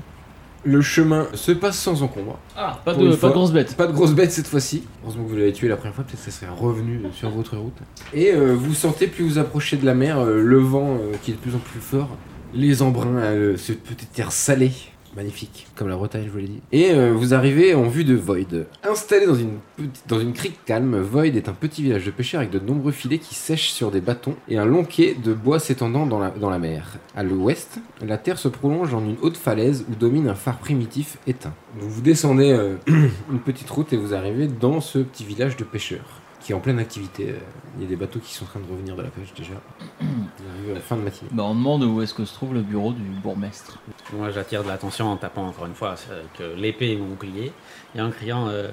C: Le chemin se passe sans encombre.
E: Ah, pas
C: Pour
E: de,
C: une
E: pas
C: fois.
E: de grosse bête.
C: Pas de grosses bêtes cette fois-ci. Heureusement que vous l'avez tué la première fois, peut-être que ça serait revenu euh, sur votre route. Et euh, vous sentez, plus vous approchez de la mer, euh, le vent euh, qui est de plus en plus fort, les embruns, euh, ce petit air salé, magnifique, comme la Bretagne, je vous l'ai dit. Et euh, vous arrivez en vue de Void. Installé dans une, petite- dans une crique calme, Void est un petit village de pêcheurs avec de nombreux filets qui sèchent sur des bâtons et un long quai de bois s'étendant dans la, dans la mer. À l'ouest, la terre se prolonge en une haute falaise où domine un phare primitif éteint. Donc vous descendez euh, une petite route et vous arrivez dans ce petit village de pêcheurs qui est en pleine activité. euh, Il y a des bateaux qui sont en train de revenir de la pêche déjà. Ils arrivent à la fin de matinée.
E: Bah, on demande où est-ce que se trouve le bureau du bourgmestre.
F: Moi j'attire de l'attention en tapant encore une fois avec euh, l'épée et mon bouclier et en criant euh,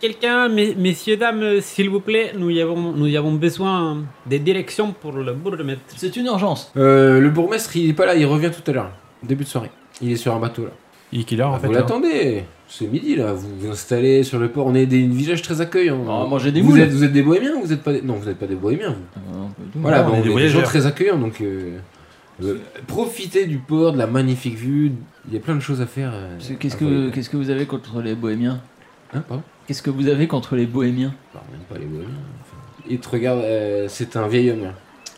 F: Quelqu'un, mes- messieurs, dames, euh, s'il vous plaît, nous y avons, nous y avons besoin des directions pour le bourgmestre.
E: C'est une urgence
C: Euh, le bourgmestre, il est pas là, il revient tout à l'heure, début de soirée. Il est sur un bateau là.
D: Il est qui là en
C: Ah, vous l'attendez C'est midi là, vous vous installez sur le port. On est des une village très accueillant.
E: On va manger Ah, des
C: vous
E: moules.
C: êtes, vous êtes des bohémiens ou vous êtes pas des... Non, vous n'êtes pas des bohémiens. vous.
E: Euh, on peut tout.
C: Voilà,
D: on
C: bah, on
D: est des
C: est, des gens
D: voyageurs.
C: très accueillants donc. euh, euh, profitez du port, de la magnifique vue. Il y a plein de choses à faire. euh,
E: C'est- Qu'est-ce
C: à
E: que,
C: Void.
E: qu'est-ce que vous avez contre les bohémiens
C: Hein, pardon
E: Qu'est-ce que vous avez contre les bohémiens
C: Bah, on aime pas les bohémiens. enfin. Il te regarde, euh, c'est un vieil homme. là.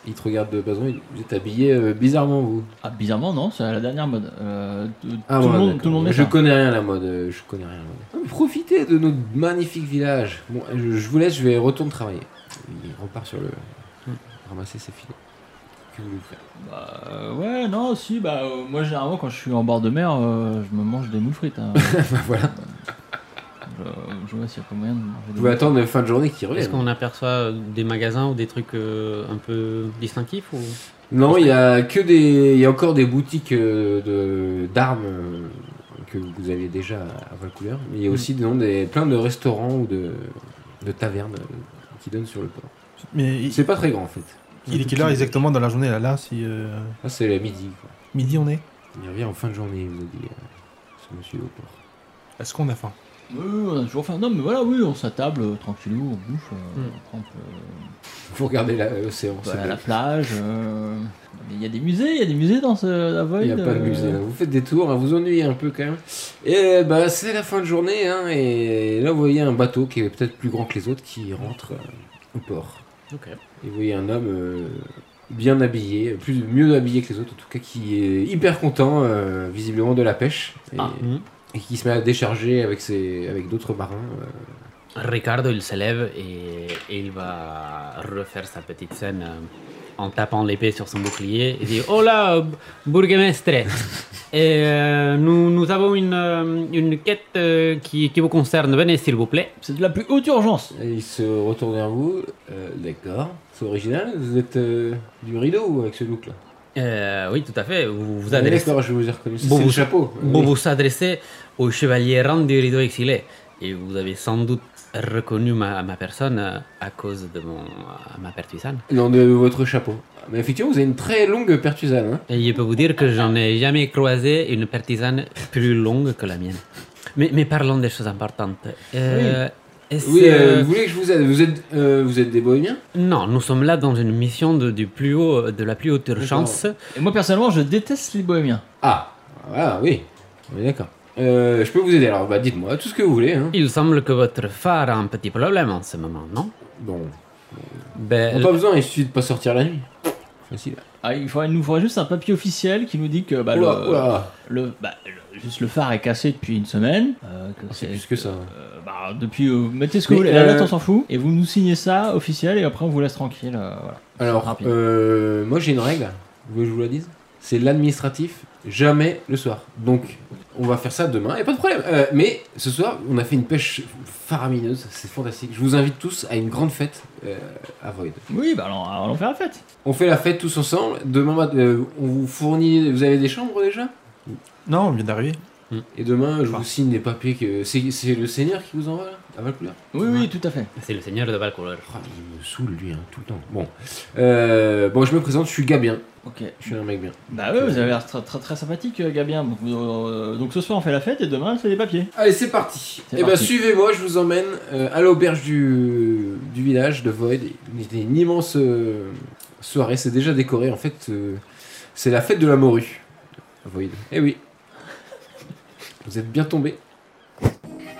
C: Il te regarde de bas en haut, il dit, vous êtes habillé euh, bizarrement, vous.
E: Ah, bizarrement, non, c'est la dernière mode. Euh, tout, tout
C: Ah, voilà,
E: le monde,
C: d'accord.
E: tout le monde met
C: Je
E: ça.
C: connais rien à la mode, euh, je connais rien à la mode. Ah, mais Profitez de notre magnifique village. Bon, euh, je, je vous laisse, je vais retourner travailler. Il repart sur le. ramasser ses filets. Que voulez-vous faire
E: Bah, euh, ouais, non, si, bah, euh, moi généralement quand je suis en bord de mer, euh, je me mange des moules frites. hein.
C: Voilà.
E: je, je vois s'il y a pas moyen de manger
C: Vous
E: des
C: pouvez
E: moules.
C: attendre la fin de journée qu'il
F: Est-ce
C: revienne.
F: qu'on aperçoit des magasins ou des trucs euh, un peu distinctifs ou...
C: Non, il y a que des. Il y a encore des boutiques euh, de d'armes euh,
E: Mm.
C: que vous aviez déjà à Valcouleur. Mais il y a aussi des- non, des, plein de restaurants ou de. de taverne euh, qui donne sur le port.
D: Mais il,
C: C'est pas très grand en fait.
D: il est quelle heure exactement dans la journée là Là, si euh,
C: Là, c'est la midi. quoi.
D: midi on est
C: Il revient en fin de journée, vous a dit euh, ce monsieur au port.
D: Est-ce qu'on a faim
E: Oui, on a toujours fait un homme, mais voilà, oui, on s'attable euh, tranquillou, on bouffe,
C: Mm.
E: euh, après, on peut-
C: Vous regardez la- l'océan, c'est
E: voilà,
C: beau.
E: la plage. euh, mais Il y a des musées, il y a des musées dans ce la Void.
C: Il n'y a pas de
E: euh,
C: musée. là. Vous faites des tours, hein, vous ennuyez un peu quand même. Et bah, c'est la fin de journée, hein, et là vous voyez un bateau qui est peut-être plus grand que les autres qui rentre euh, au port.
F: Ok.
C: Et vous voyez un homme euh, bien habillé, plus mieux habillé que les autres en tout cas, qui est hyper content euh, visiblement de la pêche et,
E: Ah.
F: Mhm.
C: et qui se met à décharger avec ses avec d'autres marins. euh.
F: Ricardo, il se lève et, et il va refaire sa petite scène euh, en tapant l'épée sur son bouclier. Il dit Hola, euh, burgomestre Et euh, nous, nous avons une, euh, une quête euh, qui, qui vous concerne. Venez, s'il vous plaît.
E: C'est de la plus haute urgence.
C: Et il se retourne vers vous. Euh, D'accord. C'est original. Vous êtes euh, du rideau ou avec ce look là
F: Euh, oui, tout à fait. Vous vous
C: Ah,
F: adressez,
C: D'accord, je vous ai reconnu. C'est
F: Bon,
C: le
F: vous-
C: chapeau.
F: vous
C: Oui.
F: vous adressez au chevalier Rand du rideau exilé. Et vous avez sans doute reconnu ma, ma personne euh, à cause de mon, euh, ma pertuisane.
C: Non, de votre chapeau. Mais effectivement, vous avez une très longue pertusane. Hein
F: Et je peux vous dire que j'en ai jamais croisé une partisane plus longue que la mienne. Mais, mais parlons des choses importantes. Euh, est-ce-
C: oui, euh, vous voulez que je vous aide Vous êtes, euh, vous êtes des bohémiens
F: Non, nous sommes là dans une mission de, du plus haut, de la plus haute urgence.
E: Et moi, personnellement, je déteste les bohémiens.
C: Ah, voilà, oui. On est d'accord. Euh, je peux vous aider alors bah, Dites-moi tout ce que vous voulez. Hein.
F: Il semble que votre phare a un petit problème en ce moment, non
C: Bon,
F: ben,
C: on n'a pas besoin, il suffit de pas sortir la nuit. Facile.
E: Ah, il, faudrait, il nous faudrait juste un papier officiel qui nous dit que
C: Oula,
E: bah, le,
C: oula.
E: le- bah, le- juste le phare est cassé depuis une semaine. euh, que
C: Ah, C'est plus que ça. hein.
E: euh, bah, depuis, euh, mettez ce que vous
C: Mais,
E: voulez. La
C: euh,
E: date, on s'en fout. Et vous nous signez ça officiel et après, on vous laisse tranquille. euh, voilà.
C: Alors,
E: rapide.
C: euh, moi j'ai une règle. Vous voulez que je vous la dise C'est l'administratif, jamais le soir. Donc, on va faire ça demain, et pas de problème. Euh, mais ce soir, on a fait une pêche faramineuse, c'est fantastique. Je vous invite tous à une grande fête euh, à Void.
E: Oui, bah, alors, alors, on fait la fête.
C: On fait la fête tous ensemble. Demain, mat- euh, on vous fournit. Vous avez des chambres déjà
D: Non, on vient d'arriver.
C: Et demain, je
D: Ah.
C: vous signe des papiers que. C'est c'est le Seigneur qui vous envoie là À Valcouleur
E: Oui, oui, tout à fait.
F: C'est le seigneur de Valcouleur.
C: Oh, Il me saoule lui, hein, tout le temps. Bon. Euh, bon, je me présente, je suis Gabien.
E: Ok.
C: Je suis un mec bien.
E: Bah, ouais, vous avez l'air très, très, très sympathique, euh, Gabien. Donc, euh, donc, ce soir, on fait la fête et demain, on fait les papiers.
C: Allez, c'est parti.
E: C'est
C: Eh ben,
E: parti.
C: suivez-moi, je vous emmène euh, à l'auberge du, du village de Void. C'était une immense euh, soirée. C'est déjà décoré. En fait, euh, c'est la fête de la morue. Void. Eh oui. Vous êtes bien tombé.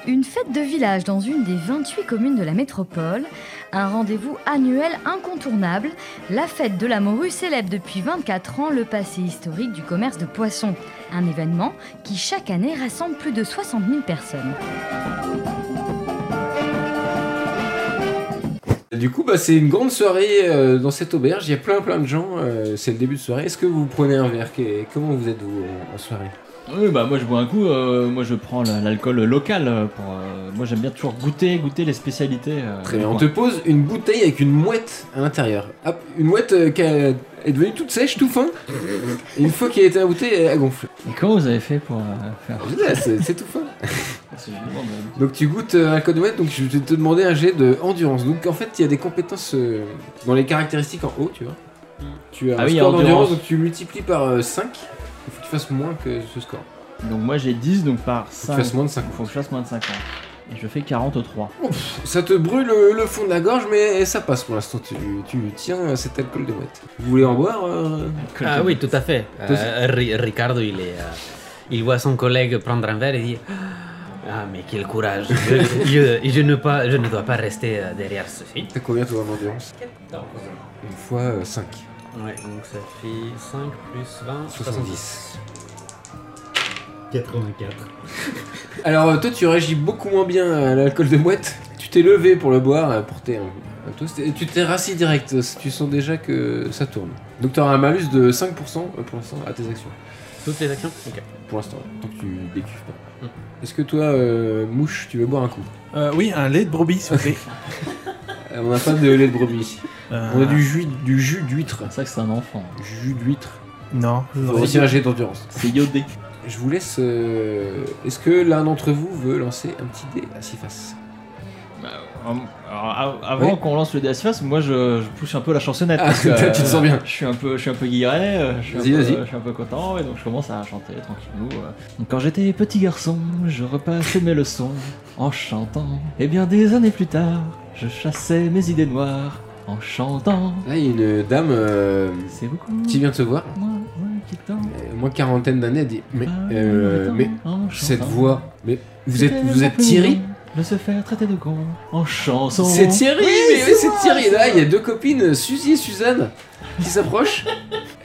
I: Une fête de village dans une des 28 communes de la métropole, un rendez-vous annuel incontournable, la fête de la morue célèbre depuis 24 ans le passé historique du commerce de poissons, un événement qui chaque année rassemble plus de 60 000 personnes.
C: Du coup, bah, c'est une grande soirée euh, dans cette auberge. Il y a plein plein de gens. euh, c'est le début de soirée. Est-ce que vous prenez un verre Qu'est- Comment vous êtes vous en, en soirée
E: Oui, bah moi je bois un coup, euh, moi je prends la- l'alcool local. euh, Pour, euh, moi j'aime bien toujours goûter, goûter les spécialités. euh,
C: Très
E: du
C: bien. On
E: coin.
C: te pose une bouteille avec une mouette à l'intérieur. Hop, une mouette euh, qui a- est devenue toute sèche, tout fin. Et une fois qu'elle était à la bouteille, elle a gonflé.
E: Et comment vous avez fait pour euh, faire
C: Putain, ah, C'est c'est tout fin.
E: Parce que je me demande, euh,
C: Donc tu goûtes euh, un code mouette, donc je vais te demander un jet de endurance. Donc en fait, il y a des compétences euh, dans les caractéristiques en haut, tu vois. Tu as
E: Ah
C: un
E: oui, il y a
C: score d'endurance,
E: endurance.
C: donc tu multiplies par 5. Il faut que tu fasses moins que ce score.
E: Donc moi j'ai 10, donc par
C: Faut que
E: 5.
C: tu fasses moins de 5.
E: Faut que je fasse moins de 50. Et je fais 43.
C: Ça te brûle euh, le fond de la gorge, mais ça passe pour l'instant. Tu, tu tiens euh, cet alcool de mouette. Vous voulez en boire euh
F: Ah oui, tout à fait.
C: Tout-
F: Euh, Ri- Ricardo, il est, euh, il voit son collègue prendre un verre et dit Ah, mais quel courage Je, je- je ne, pas, je ne dois pas rester euh, derrière ceci.
C: T'as combien toi en endurance Une fois euh, 5.
F: Ouais, donc ça fait 5 plus 20,
C: 70.
J: 84.
C: Alors euh, toi tu réagis beaucoup moins bien à l'alcool de mouette. Tu t'es levé pour le boire, euh, pour tes... un toast, et tu t'es rassis direct. euh, Tu sens déjà que ça tourne. Donc t'auras un malus de 5% pour l'instant à tes actions.
F: Toutes les actions Ok.
C: Pour l'instant, tant que tu décuves pas. Est-ce que toi, euh, mouche, tu veux boire un coup
D: Euh, oui, un lait de brebis, s'il vous plaît.
C: Euh, On n'a pas de lait de brebis ici.
D: Euh,
C: On a du jus, du jus d'huître.
E: C'est ça que c'est un enfant.
C: Jus d'huître.
D: Non,
C: Faut
D: non.
C: aussi un jet d'endurance.
E: C'est iodé.
C: Je vous laisse. euh, Est-ce que l'un d'entre vous veut lancer un petit dé à six faces
E: Bah, um, Alors, av- avant
C: Oui.
E: qu'on lance le DSFS, moi je, je pousse un peu la chansonnette.
C: Ah,
E: parce que,
C: toi, tu te sens bien.
E: Je suis un peu, je suis un peu guilleret, euh, je suis, un
C: Vas-y,
E: peu,
C: vas-y.
E: je suis un peu content, et donc je commence à chanter tranquillou. euh. Donc, Quand j'étais petit garçon, je repassais mes leçons en chantant. Et bien des années plus tard, je chassais mes idées noires en chantant.
C: Là, il y a une dame euh,
E: C'est beaucoup.
C: qui vient de se voir,
E: Moi, moi qui t'en-
C: euh, moins quarantaine d'années, elle dit Mais,
E: Ah,
C: euh,
E: attends,
C: mais
E: en
C: cette
E: chantant.
C: voix, mais vous êtes,
E: C'était
C: vous
E: la
C: êtes Thierry
E: conclusion De se faire traiter de con en chanson.
C: C'est Thierry, mais
E: c'est
C: mais c'est
E: moi,
C: Thierry.
E: c'est
C: Là, il y a
E: moi.
C: deux copines, Suzy et Suzanne, qui s'approchent.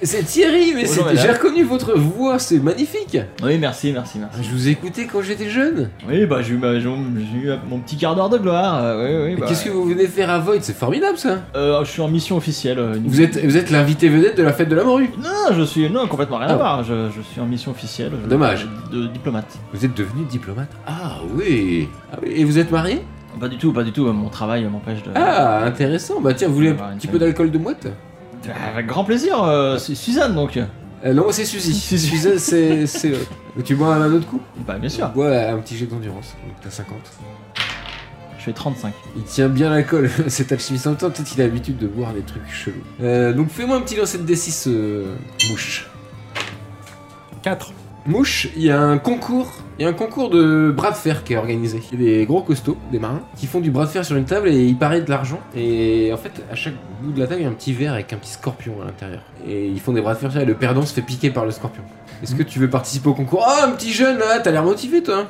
C: c'est Thierry, mais
E: Bonjour,
C: c'est-
E: madame.
C: j'ai reconnu votre voix, c'est magnifique. Ah,
E: Oui, merci, merci, merci.
C: Je vous écoutais quand j'étais jeune.
E: Oui, bah j'ai eu, ma- j'ai eu- j'ai eu mon petit quart d'heure de gloire. euh, oui, oui,
C: Mais
E: bah,
C: Qu'est-ce que vous venez faire à Void C'est formidable ça.
E: euh, Je suis en mission officielle. euh, une-
C: Vous êtes, vous êtes l'invité vedette de la fête de la morue.
E: Non, je suis. Non, complètement rien
C: Ah.
E: à voir. Je, je suis en mission officielle. je-
C: Dommage.
E: De, diplomate.
C: Vous êtes devenu diplomate. Ah oui. Ah oui. Et vous êtes marié
E: Pas du tout, pas du tout. euh, Mon travail m'empêche de.
C: Ah intéressant. Bah tiens, vous voulez un petit peu d'alcool de mouette
E: de- Avec grand plaisir, euh, Su- Suzanne donc.
C: Euh, Non, c'est Suzy.
E: Suzy.
C: Suzanne, c'est, c'est. euh, Tu bois un autre coup
E: Bah bien sûr.
C: Bois un petit jet d'endurance. Donc t'as 50.
E: Je fais 35.
C: Il tient bien l'alcool, cet alchimiste. En même temps, peut-être qu'il a l'habitude de boire des trucs chelous. Euh, donc fais-moi un petit lancer de D6, euh, Mouche.
D: 4.
C: Mouche, il y a un concours. Il y a un concours de bras de fer qui est organisé. Il y a des gros costauds, des marins, qui font du bras de fer sur une table et ils parient de l'argent. Et en fait, à chaque bout de la table, il y a un petit verre avec un petit scorpion à l'intérieur. Et ils font des bras de fer et le perdant se fait piquer par le scorpion. Est-ce
D: Hmm.
C: que tu veux participer au concours Ah, un petit jeune, là, t'as l'air motivé, toi. hein.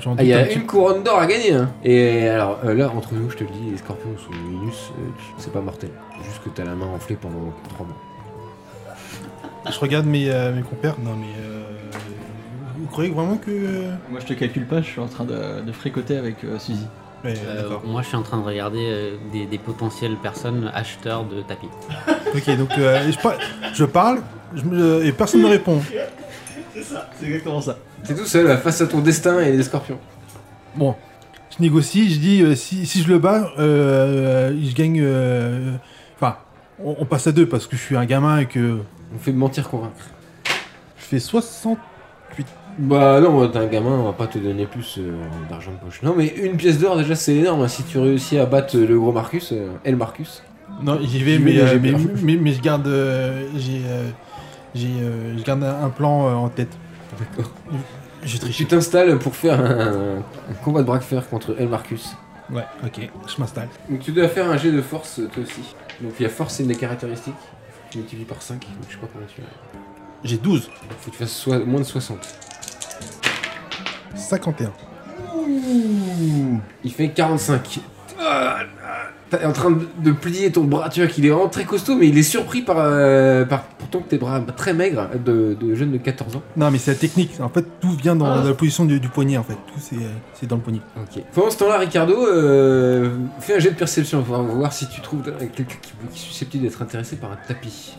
D: J'en
C: Ah,
D: doute
C: il y
D: un
C: a
D: petit
C: une couronne d'or à gagner. hein. Et alors euh, là, entre nous, je te le dis, les scorpions sont minus, euh, c'est pas mortel. Juste que t'as la main enflée pendant 3 mois.
D: peu. Je regarde mes, euh, mes compères. Non, mais. euh, Vous croyez vraiment que. euh,
E: Moi je te calcule pas, je suis en train de, de fricoter avec euh, Suzy.
D: Ouais,
F: Euh,
D: d'accord.
F: moi, je suis en train de regarder euh, des, des potentielles personnes acheteurs de tapis.
D: Ok, donc euh, je, par- je parle je me- euh, et personne ne répond.
E: C'est exactement ça.
C: T'es tout seul là, face à ton destin et les scorpions.
D: Bon, je négocie, je dis euh, si, si je le bats, euh, je gagne. euh, Enfin, on, on passe à deux parce que je suis un gamin et que
C: On fait mentir convaincre.
D: je fais 60.
C: Bah non, t'es un gamin, on va pas te donner plus euh, d'argent de poche. Non mais une pièce d'or déjà c'est énorme, hein. si tu réussis à battre le gros Marcus, euh, El Marcus.
D: Non, j'y
C: J'y
D: vais, mais,
C: vais,
D: euh,
C: j'ai
D: mais,
C: peur.
D: mais- mais je garde. euh, j'ai, euh, j'ai, euh, je garde un un plan euh, en tête.
C: D'accord.
D: J'ai triché.
C: Tu t'installes pour faire un, un combat de bras de fer contre El Marcus.
D: Ouais, ok, je m'installe.
C: Donc tu dois faire un jet de force euh, toi aussi. Donc il y a force, c'est une des caractéristiques. Tu multiplies par 5, donc je sais pas combien tu as.
D: J'ai 12,
C: Faut que tu fasses soi- moins de 60.
D: 51.
C: Il fait 45. Ah, ah, T'es en train de, de plier ton bras, tu vois qu'il est vraiment très costaud, mais il est surpris par, euh, par pourtant que tes bras très maigres de, de jeune de 14 ans.
D: Non, mais c'est la technique. En fait, tout vient dans
C: Ah.
D: la position du, du poignet, en fait. Tout, c'est, euh, c'est dans le poignet.
C: Ok. Pendant ce temps-là, Ricardo, euh, fais un jet de perception pour voir si tu trouves euh, quelqu'un qui, qui est susceptible d'être intéressé par un tapis.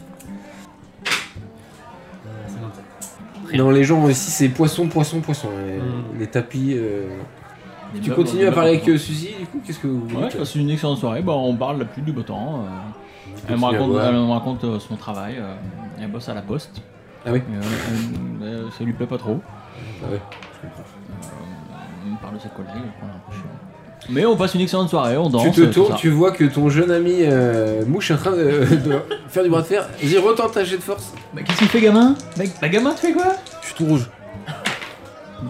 C: Non, les gens ici c'est poisson, poisson, poisson. Les,
F: Hmm.
C: les tapis. euh.
E: Des
C: Tu
E: meubles,
C: continues
E: des
C: à parler
E: meubles.
C: avec euh, Suzy, du coup, qu'est-ce que vous
E: Ouais,
C: dites
E: c'est une excellente soirée. Bah, on parle la pluie du beau temps. euh,
C: Vous
E: elle me
C: continuez à
E: raconte,
C: boire.
E: elle me raconte, euh, son travail. euh, elle bosse à la poste.
C: Ah oui.
E: Et, euh, elle- euh, ça lui plaît pas trop.
C: Ah ouais, je comprends.
E: On parle de ses collègues. on est un peu chiant. Mais on passe une excellente soirée. On danse.
C: Tu te
E: euh, tout
C: tournes,
E: ça.
C: tu vois que ton jeune ami euh, Mouche est en train de, de faire du bras de fer. Vas-y, retente un jet de force.
E: Bah, qu'est-ce qu'il fait, gamin Mec, bah, gamin, tu fais quoi
D: Je suis tout rouge.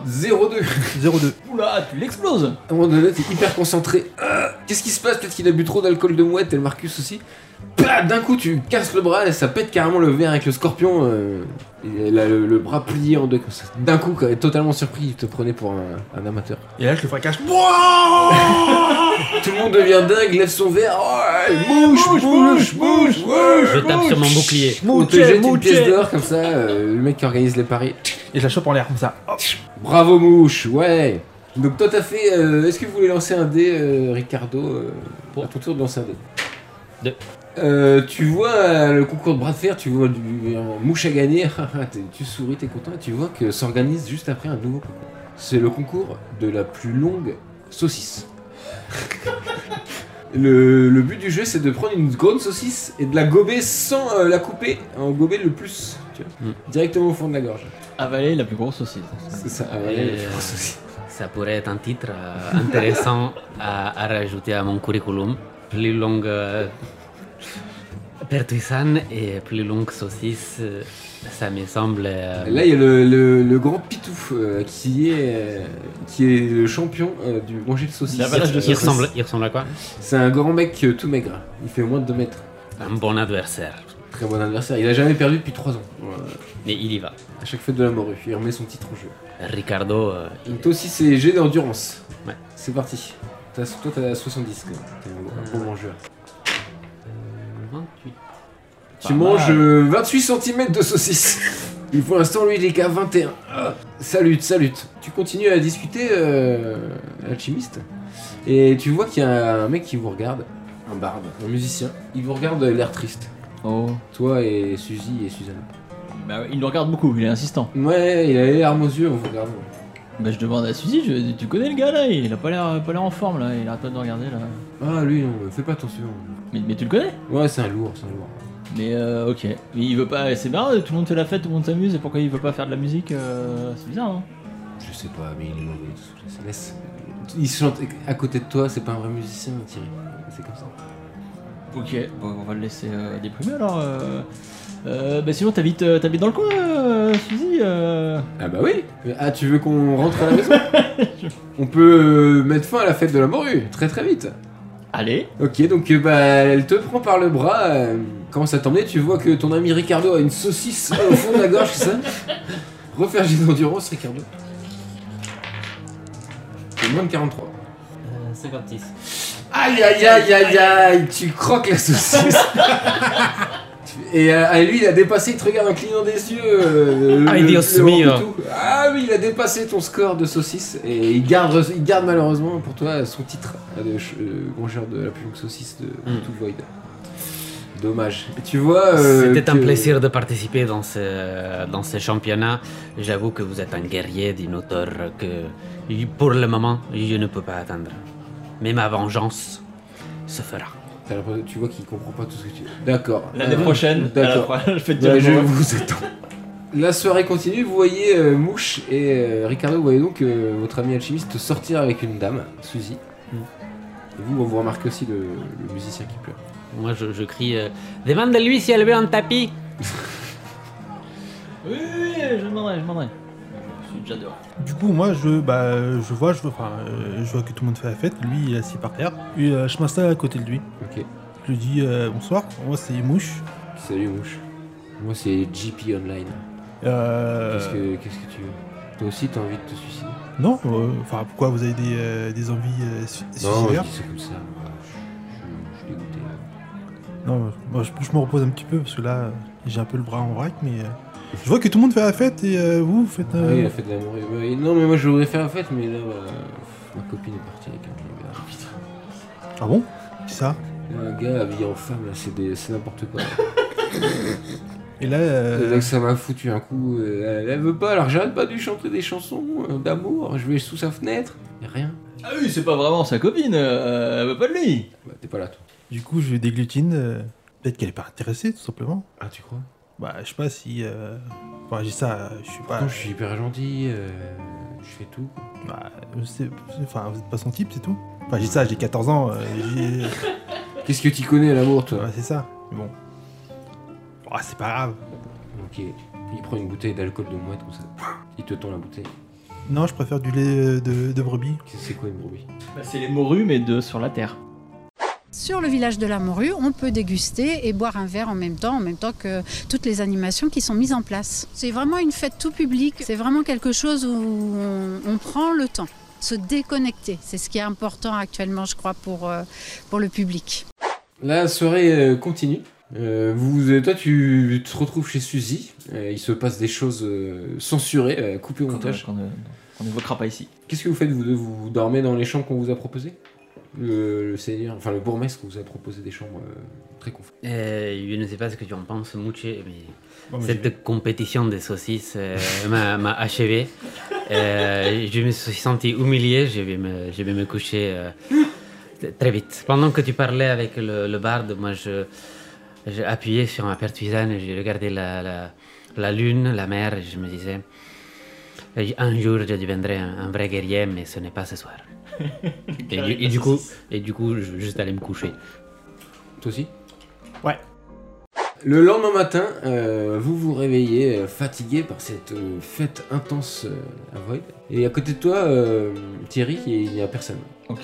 C: 0-2.
D: 0-2.
E: Oula, tu l'exploses.
C: À un moment donné, t'es hyper concentré. Ah, Qu'est-ce qui se passe Peut-être qu'il a bu trop d'alcool de mouette et le Marcus aussi. Bah, D'un coup, tu casses le bras et ça pète carrément le verre avec le scorpion. euh, et elle a le, le bras plié en deux comme ça. D'un coup, quand elle est totalement surpris, il te prenait pour un, un amateur.
D: Et là, je le fracasse.
C: Tout le monde devient dingue, lève son verre. Oh, elle mouche, mouche, mouche, mouche,
F: Je tape sur mon bouclier.
C: On te jette une pièce d'or comme ça, euh, le mec qui organise les paris.
D: Et je la chope en l'air, comme ça.
C: Bravo mouche, ouais Donc toi t'as fait... euh, Est-ce que vous voulez lancer un dé, euh, Ricardo euh,
F: Pour.
C: À ton tour de lancer un dé.
F: Deux.
C: Euh, tu vois euh, le concours de bras de fer, tu vois du, un mouche à gagner, t'es- tu souris, t'es content, et tu vois que s'organise juste après un nouveau concours. C'est le concours de la plus longue saucisse. Le, le but du jeu, c'est de prendre une grande saucisse et de la gober sans euh, la couper, en gober le plus, tu
F: Mm.
C: vois, directement au fond de la gorge.
E: Avaler la plus grosse saucisse.
C: C'est ça,
F: Et-
C: ouais, je pense aussi.
F: Ça pourrait être un titre euh, intéressant à, à rajouter à mon curriculum. Plus longue euh, pertuisane et plus longue saucisse, euh, ça me semble. euh,
C: Là, il y a le, le- le grand Pitouf euh, qui, est, euh, qui est le champion euh, du manger de saucisse.
E: L'avalage de
F: il, ressemble, il ressemble à quoi
C: C'est un grand mec euh, tout maigre. Il fait moins de 2 mètres.
F: Un bon adversaire.
C: Très bon adversaire. Il a jamais perdu depuis 3 ans. Voilà.
F: Mais il y va.
C: À chaque fête de la morue, il remet son titre en jeu.
F: Ricardo, euh,
C: Donc toi aussi, c'est jet d'endurance.
F: Ouais.
C: C'est parti. T'as- toi, t'as 70 quand même. T'es un gros- un bon mangeur.
F: 28.
C: Tu manges euh, 28 cm de saucisse. Et pour l'instant, lui, il est qu'à 21. Ah, Salut, salut. Tu continues à discuter, euh, alchimiste. Et tu vois qu'il y a un mec qui vous regarde. Un barde, un musicien. Il vous regarde euh, l'air triste.
E: Oh.
C: Toi et Suzy et Suzanne.
E: Bah, il nous regarde beaucoup, il est insistant.
C: Ouais, il a les larmes aux yeux en vous regardant.
E: Bah, je demande à Suzy, je- tu connais le gars là Il a pas l'air pas l'air en forme là, il arrête pas de regarder là.
C: Ah, lui, non, fais pas attention.
E: Mais, mais tu le connais
C: Ouais, c'est un lourd, c'est un lourd.
E: Mais euh, ok. Mais il veut pas. C'est marrant, tout le monde fait la fête, tout le monde s'amuse, et pourquoi il veut pas faire de la musique euh, C'est bizarre, non
C: Je sais pas, mais il est mauvais. Ça laisse. Il chante à côté de toi, c'est pas un vrai musicien, Thierry. C'est comme ça.
E: Ok, bon, on va le laisser euh, déprimer alors. Euh, euh, bah, sinon, t'habites euh, t'habites dans le coin, euh, Suzy euh...
C: Ah bah oui Ah tu veux qu'on rentre à la maison On peut euh, mettre fin à la fête de la morue, très très vite.
E: Allez
C: Ok, donc euh, bah elle te prend par le bras, euh, commence à t'emmener, tu vois que ton ami Ricardo a une saucisse au fond de la gorge, c'est ça Refaire jet d'endurance, Ricardo. C'est moins de 43.
F: Euh, 56.
C: Aïe aïe aïe aïe aïe, tu croques la saucisse Et euh, lui il a dépassé, il te regarde en clignant des yeux. euh,
F: Ah,
C: le-
F: il dit,
C: le-
F: oh,
C: le haut du
F: Smir.
C: tout. Ah oui, il a dépassé ton score de saucisse et il garde, il garde malheureusement pour toi son titre de ch- euh, mangeur de la plus longue saucisse de, de
F: Mm.
C: tout Void. Dommage. Et tu vois. euh,
F: C'était un
C: que-
F: plaisir de participer dans ce, dans ce championnat. J'avoue que vous êtes un guerrier d'une hauteur que, pour le moment, je ne peux pas atteindre. Mais ma vengeance se fera.
C: T'as l'impression- Tu vois qu'il comprend pas tout ce que tu. D'accord.
E: L'année
C: Euh,
E: prochaine, à la
C: D'accord.
E: prochaine, fête de
C: Bah,
E: la
C: je
E: morue.
C: vous attends. La soirée continue, vous voyez euh, Mouche et euh, Ricardo, vous voyez donc euh, votre ami alchimiste sortir avec une dame, Suzy. Et vous, vous remarquez aussi le, le musicien qui pleure.
F: Moi, je, je crie euh, Demande-lui si elle veut un tapis
E: Oui, oui, oui, je demanderai, je demanderai. Je suis déjà dehors.
D: Du coup, moi, je, bah, je vois, je, vois- enfin, euh, je vois que tout le monde fait la fête. Lui, il est assis par terre. Et euh, je m'installe à côté de lui.
C: Ok.
D: Je lui dis euh, bonsoir. Moi, c'est Mouche.
C: Salut Mouche. Moi, c'est GP Online.
D: Euh,
C: Qu'est-ce que- Qu'est-ce que tu veux Toi aussi, t'as envie de te suicider
D: Non, euh, enfin, pourquoi vous avez des, euh, des envies euh, su-
C: je
D: suicidaires
C: dis ça comme ça. Bah, Je- Je je suis dégoûté.
D: Non, moi, je, je me repose un petit peu parce que là, euh, j'ai un peu le bras en vrac, mais euh, je vois que tout le monde fait la fête et euh, vous, vous faites. euh,
C: Oui, la fête de la mort. Oui, Non, mais moi, je voudrais faire la fête, mais là, bah, pff, ma copine est partie avec un gars.
D: Ah bon Qui ça
C: Un gars habillé en femme, là, c'est des- c'est n'importe quoi.
D: Et là, euh,
C: Le mec, ça m'a foutu un coup. euh, elle, elle veut pas, alors j'arrête pas de lui chanter des chansons euh, d'amour. Je vais sous sa fenêtre. Et rien.
E: Ah oui, c'est pas vraiment sa copine, euh, elle veut pas de lui
C: Bah, t'es pas là, toi.
D: du coup, je déglutine. euh, Peut-être qu'elle est pas intéressée, tout simplement.
C: Ah, tu crois
D: Bah, je sais pas si. euh, Enfin, j'ai ça, euh, je suis pas.
C: Non, je suis hyper gentil. euh, je fais tout.
D: Bah, je sais- Enfin, vous êtes pas son type, c'est tout. Enfin, j'ai ça, j'ai 14 ans. euh, j'ai-
C: Qu'est-ce que tu connais à l'amour, toi
D: Ouais, c'est ça. Mais bon. Ah, c'est pas grave.
C: Ok. Il prend une bouteille d'alcool de mouette comme ça. Il te tend la bouteille.
D: Non, je préfère du lait euh, de, de brebis.
C: Qu'est- C'est quoi une brebis
E: Bah, c'est les morues, mais de sur la terre.
J: Sur le village de la Morue, on peut déguster et boire un verre en même temps, en même temps que toutes les animations qui sont mises en place. C'est vraiment une fête tout public, c'est vraiment quelque chose où on, on prend le temps, se déconnecter. C'est ce qui est important actuellement, je crois, pour, euh, pour le public.
C: La soirée euh, continue. Euh, vous, euh, toi, tu te retrouves chez Suzy. Euh, il se passe des choses euh, censurées, euh, coupées au
E: Qu'on
C: montage.
E: qu'on ne- qu'on n'évoquera pas ici.
C: Qu'est-ce que vous faites vous deux Vous dormez dans les chambres qu'on vous a proposées le, le seigneur, enfin le bourgmestre vous a proposé des chambres euh, très confortables.
F: Euh, Je ne sais pas ce que tu en penses, Mouche, mais
D: Bon, mais j'y vais.
F: Cette compétition des saucisses euh, m'a m'a achevé. Euh, je me suis senti humilié. Je vais me, je vais me coucher euh, t- très vite. Pendant que tu parlais avec le, le barde, moi, je- j'ai appuyé sur ma pertuisane et j'ai regardé la, la- la lune, la mer, et je me disais euh, Un jour, je deviendrai un, un vrai guerrier, mais ce n'est pas ce soir. et, du, et du coup, et du coup, je vais juste aller me coucher.
C: Toi aussi
D: Ouais.
C: Le lendemain matin, euh, vous vous réveillez euh, fatigué par cette euh, fête intense euh, à Void. Et à côté de toi, euh, Thierry, il n'y a personne.
E: Ok.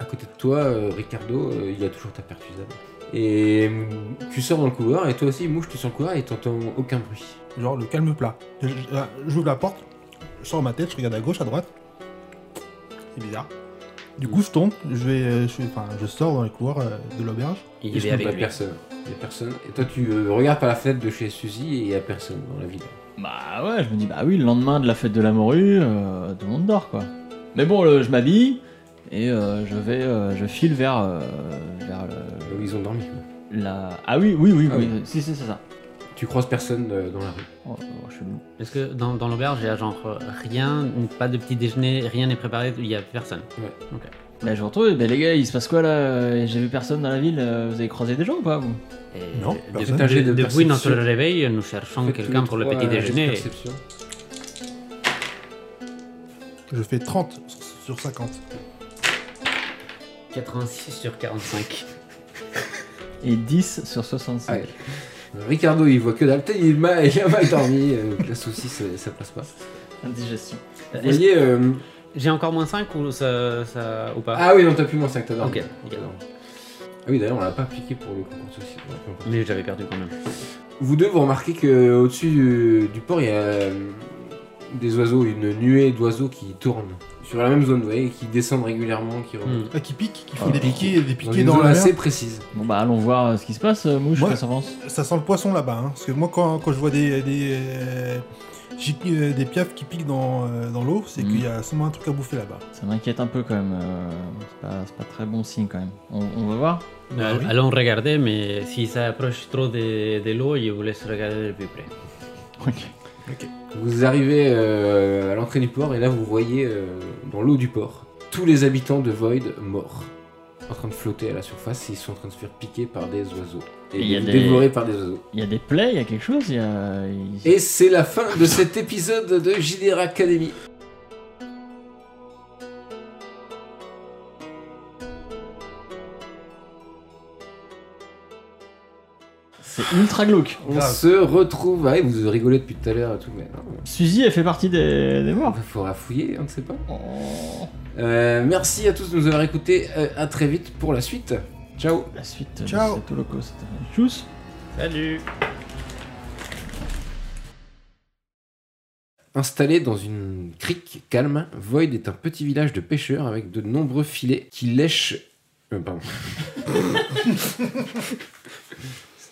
C: À côté de toi, euh, Ricardo, euh, il y a toujours ta pertusade. Et hum, tu sors dans le couloir et toi aussi, Mouche, tu sors le couloir et t'entends aucun bruit.
D: Genre le calme plat. Je- je- J'ouvre la porte, je sors ma tête, je regarde à gauche, à droite. C'est bizarre. Du coup, je tombe, je vais, euh, je, suis- enfin, je sors dans les couloirs euh, de l'auberge.
F: Il
C: Et je
F: est
C: trouve
F: avec
C: pas
F: lui.
C: personne. Il y a personne. Et toi, tu euh, regardes par la fenêtre de chez Suzy et il y a personne dans la ville.
E: Bah ouais, je me dis, bah oui, le lendemain de la fête de la morue, euh, tout le monde dort quoi. Mais bon, le- je m'habille et euh, je vais, euh, je file vers, euh, vers
C: Là
E: le-
C: où ils ont dormi.
E: la. Ah oui, oui, oui,
C: Ah
E: oui,
C: oui.
E: si, si, c'est ça.
C: Tu croises personne euh, dans la rue.
E: Oh, oh, je suis mou.
F: Parce que dans, dans l'auberge, il y a genre euh, rien, pas de petit déjeuner, rien n'est préparé, il y a personne.
E: Bah je vous retrouve, bah les gars, il se passe quoi là Euh, J'ai vu personne dans la ville, euh, vous avez croisé des gens ou pas vous
F: Et
D: Non,
F: de-
D: personne.
F: de-
C: Un jet de
F: depuis notre
C: perception.
F: réveil, nous cherchons
C: Fais tous
F: quelqu'un
C: les
F: pour le
C: trois,
F: petit
C: euh,
F: déjeuner.
C: perception.
D: Je fais 30 sur- sur 50.
F: 86 sur 45.
E: Et 10 sur 65.
C: Ouais. Euh, Ricardo, il voit que dalle. Peut-être il, m'a- il a mal dormi. euh, donc la souci, ça, ça passe pas.
F: Euh,
E: Indigestion.
C: Vous voyez. euh,
F: J'ai encore moins 5 ou, ça, ça- ou pas
C: Ah oui, non, t'as plus moins 5, t'as dormi.
F: Ok.
C: T'as dormi. Ah oui, d'ailleurs, on l'a pas appliqué pour le concours de souci. On l'a pas encore.
F: Mais j'avais perdu quand même.
C: Vous deux, vous remarquez que euh, au-dessus du, du port, il y a euh, des oiseaux, une nuée d'oiseaux qui tournent sur la même zone, vous voyez, qui descendent régulièrement, qui remontent.
F: Hmm.
D: Ah, qui pique, qui font
E: Ah,
D: des piquets,
C: Dans
D: des piquets
C: une
D: dans,
C: zone
D: la mer.
C: assez précise.
E: Bon bah allons voir euh, ce qui se passe, euh, Mouche,
D: Moi-
E: qu'est-ce que t'en penses
D: Ça sent le poisson là-bas, hein, parce que moi quand, quand je vois des des, euh, gic- euh, des piafs qui piquent dans, euh, dans l'eau, c'est
E: Mm.
D: qu'il y a sûrement un truc à bouffer là-bas.
E: Ça m'inquiète un peu quand même, euh, c'est pas, c'est pas très bon signe quand même. On, on va voir
C: Ah
F: Euh, Allons regarder, mais si ça approche trop de, de l'eau, je vous laisse regarder de plus près.
E: Ok.
C: Vous arrivez euh, à l'entrée du port et là vous voyez euh, dans l'eau du port tous les habitants de Void morts, en train de flotter à la surface. Ils sont en train de se faire piquer par des oiseaux et,
E: Et il y a
C: d'être
E: des-
C: dévorés par des oiseaux.
E: Il y a des plaies, il y a quelque chose, il y a... il-
C: Et c'est la fin de cet épisode de JDR Academy.
E: C'est ultra glauque.
C: On
D: Grave.
C: se retrouve. Ah, et vous rigolez depuis tout à l'heure et tout, mais non.
E: Suzy, elle fait partie des, des morts.
C: Il faudra fouiller, on ne sait pas.
E: Oh.
C: Euh, merci à tous de nous avoir écoutés. Euh, à très vite pour la suite. Ciao.
E: La suite de
D: Ciao.
E: cet holocauste. Tchuss
F: Salut
C: Installé dans une crique calme, Void est un petit village de pêcheurs avec de nombreux filets qui lèchent. euh, pardon.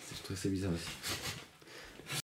C: Je trouve ça bizarre aussi.